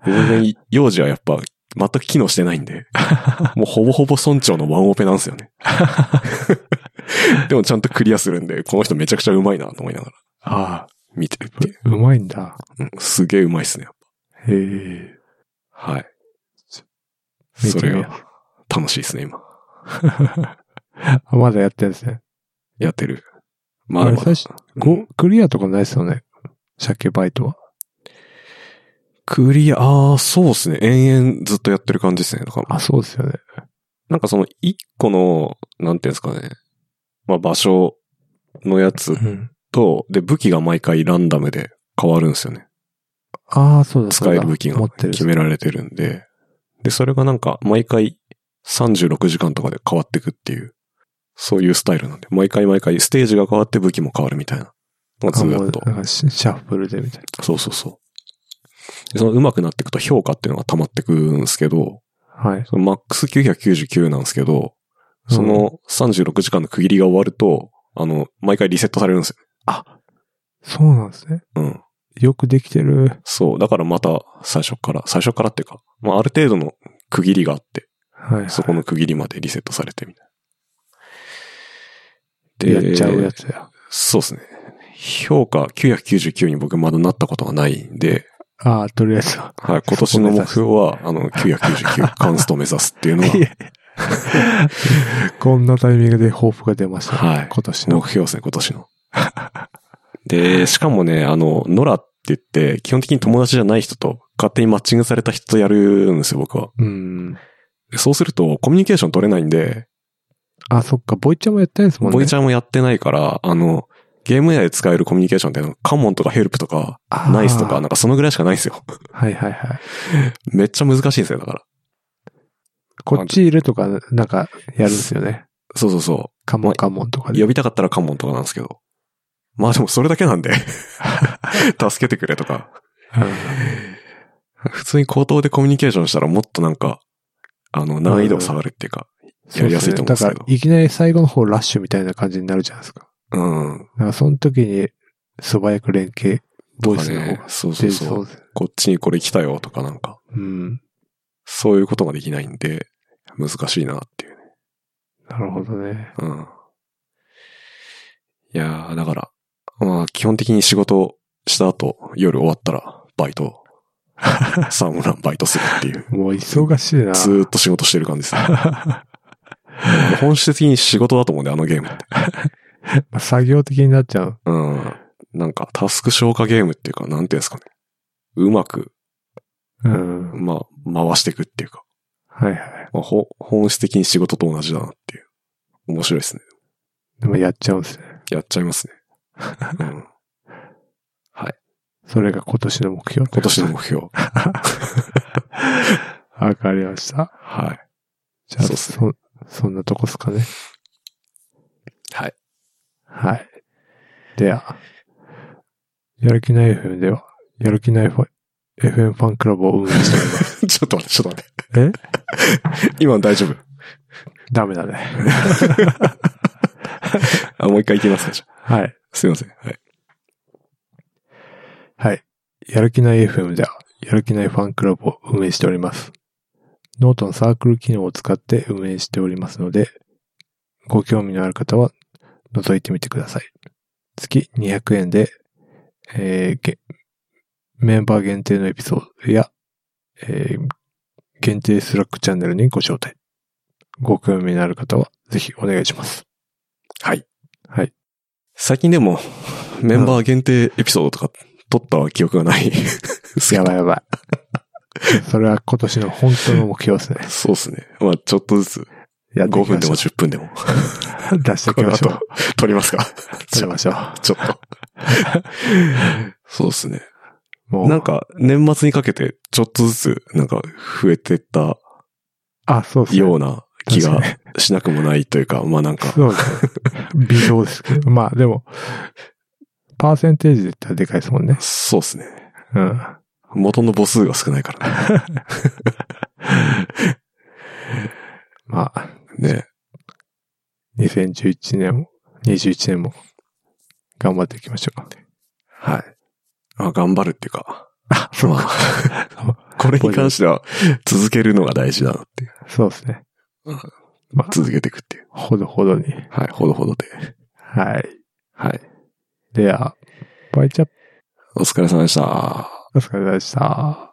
っていう。で全然、幼児はやっぱ、全く機能してないんで、もうほぼほぼ村長のワンオペなんですよ
*laughs*
ね。でもちゃんとクリアするんで、この人めちゃくちゃうまいなと思いながら
ああ、
見てるっていう。
うまいんだ。
うん、すげえうまいっすね。
へえ。
はい。
見
そ
て
れ
みよう
が楽しいですね、今。
あまだやってるんですね。
やってる。まだ
あれ
ま
最
だ
初ごクリアとかないですよね。鮭バイトは。
クリア、ああ、そうですね。延々ずっとやってる感じですね。だから
あ、そうですよね。
なんかその一個の、なんていうんですかね。まあ場所のやつ
うん。
と、で、武器が毎回ランダムで変わるんですよね。
ああ、そうだ。
使える武器
持
が
ってる。
決められてるんで。で、それがなんか毎回36時間とかで変わってくっていう、そういうスタイルなんで、毎回毎回ステージが変わって武器も変わるみたいな。なんか
あ
ず
も
ー
う
っと。
なんかシシャッフルでみたい
そうそうそう。でその上手くなっていくと評価っていうのが溜まってくんですけど、
な。はい。
そのマックス999なんですけど、その36時間の区切りが終わると、あの、毎回リセットされるんですよ。
そうなんですね。
うん。
よくできてる。
そう。だからまた最初から、最初からっていうか、まあある程度の区切りがあって、
はい。
そこの区切りまでリセットされてみたい
でや
な。で、
っちゃうやつや。
そうですね。評価999に僕まだなったことがないんで、
ああ、とりあえずは。
はい、今年の目標は、あの、999カ
*laughs*
ンスト目指すっていうの
い *laughs*
が、
えこんなタイミングで抱負が出ました。
はい
今年の。
目標ですね、今 *laughs* 年の。で、しかもね、あの、ノラって言って、基本的に友達じゃない人と勝手にマッチングされた人とやるんですよ、僕は。
うん。
でそうすると、コミュニケーション取れないんで、
あ、そっか。ボイちゃんもやってないですもんね。
ボイちゃんもやってないから、あの、ゲーム内で使えるコミュニケーションっていうのは、カモンとかヘルプとか、
ゃ
ナイスとか、なんかそのぐらいしかないんですよ。 *laughs*
はいはいはい。
めっちゃ難しいんですよ、だから。
こっちいるとか、なんか、やるんですよね。
そうそうそ
カモンカモンとか
う。
で。
呼びたかったらカモンとかなんですけど。まあでもそれだけなん *laughs* で。助けてくれとか。普通に口頭でコミュニケーションしたらもっとなんか、あの、難易度が下がるっていうか、やりやすいと思うんです
そ
けど
うねだから、いきなり最後の方ラッシュみたいな感じになるじゃないですか。
うん。
だから、その時に、素早く連携、ボイスの方
ね
が。
そうそう
出
そう。
ですね
こっちにこれ来たよとかなんか、
うん。
そういうことができないんで、難しいなっていうね。
なるほどね。
うん。いやー、だから、まあ基本的に仕事した後、夜終わったら、バ
*laughs*
イト。サーモンランバイトするっていう。
もう忙しいな。
ずーっと仕事してる感じで
*laughs*
すね。本質的に仕事だと思うんで、あのゲームって。
まあ作業的になっちゃう。
うん。なんか、タスク消化ゲームっていうか、なんていうんですかね。うまく、
うん。
まあ、回していくっていうか、
はいはい。
まあ、ほ本質的に仕事と同じだなっていう。面白いですね。
でもやっちゃうんですね。
やっちゃいますね。
*laughs*
うん、
それが今年の目標。
今年の。目標。
わかりました。
はい。
じゃあ、
そうっす
そ、そんなとこっすかね。
はい。
はい。では、やる気ない FM では、やる気ないファ FM ファンクラブを運営しております。
*laughs* ちょっと待って、ちょっと待って。
え
*laughs* 今の大丈夫。
*laughs* ダメだね。
あ、もう一回いきますか、じゃあ
はい。
すいません。はい。
はい。やる気ない FM では、やる気ないファンクラブを運営しております。ノートのサークル機能を使って運営しておりますので、ご興味のある方は覗いてみてください。月200円で、えーげメンバー限定のエピソードや、えー限定スラックチャンネルにご招待。ご興味のある方はぜひお願いします。
はい。
はい。
最近でも、メンバー限定エピソードとか撮った記憶が *laughs* ない。
やばいやばい。 *laughs* それは今年の本当の目標ですね。
そうですね。まあちょっとずつ、
やってい
5
きましょう
分でも10分でも
出していきましょう。
撮りますか。
撮りましょう。
ちょっと。そうですね。
もう。
なんか、年末にかけて、ちょっとずつ、なんか、増えてった
あ、そうですね。
ような気が
確か
しなくもないというか、まあなんか、
そうですね。微動ですけど。まあでも、パーセンテージで言ったらでかいですもんね。
そうですね。
うん。
元の母数が少ないから
まあ、
ね。ね。
2011年も、21年も、頑張っていきましょう。
はい。あ、頑張るっていうか。あ、
そう
まあ、 *laughs* これに関しては、続けるのが大事だなっていう。
そうですね。まあ、
続けていくっていう。
ほどほどに。
はい、ほどほどで。
はい。
はい。
では、バイチャップ
お疲れ様でした。
お疲れ様でした。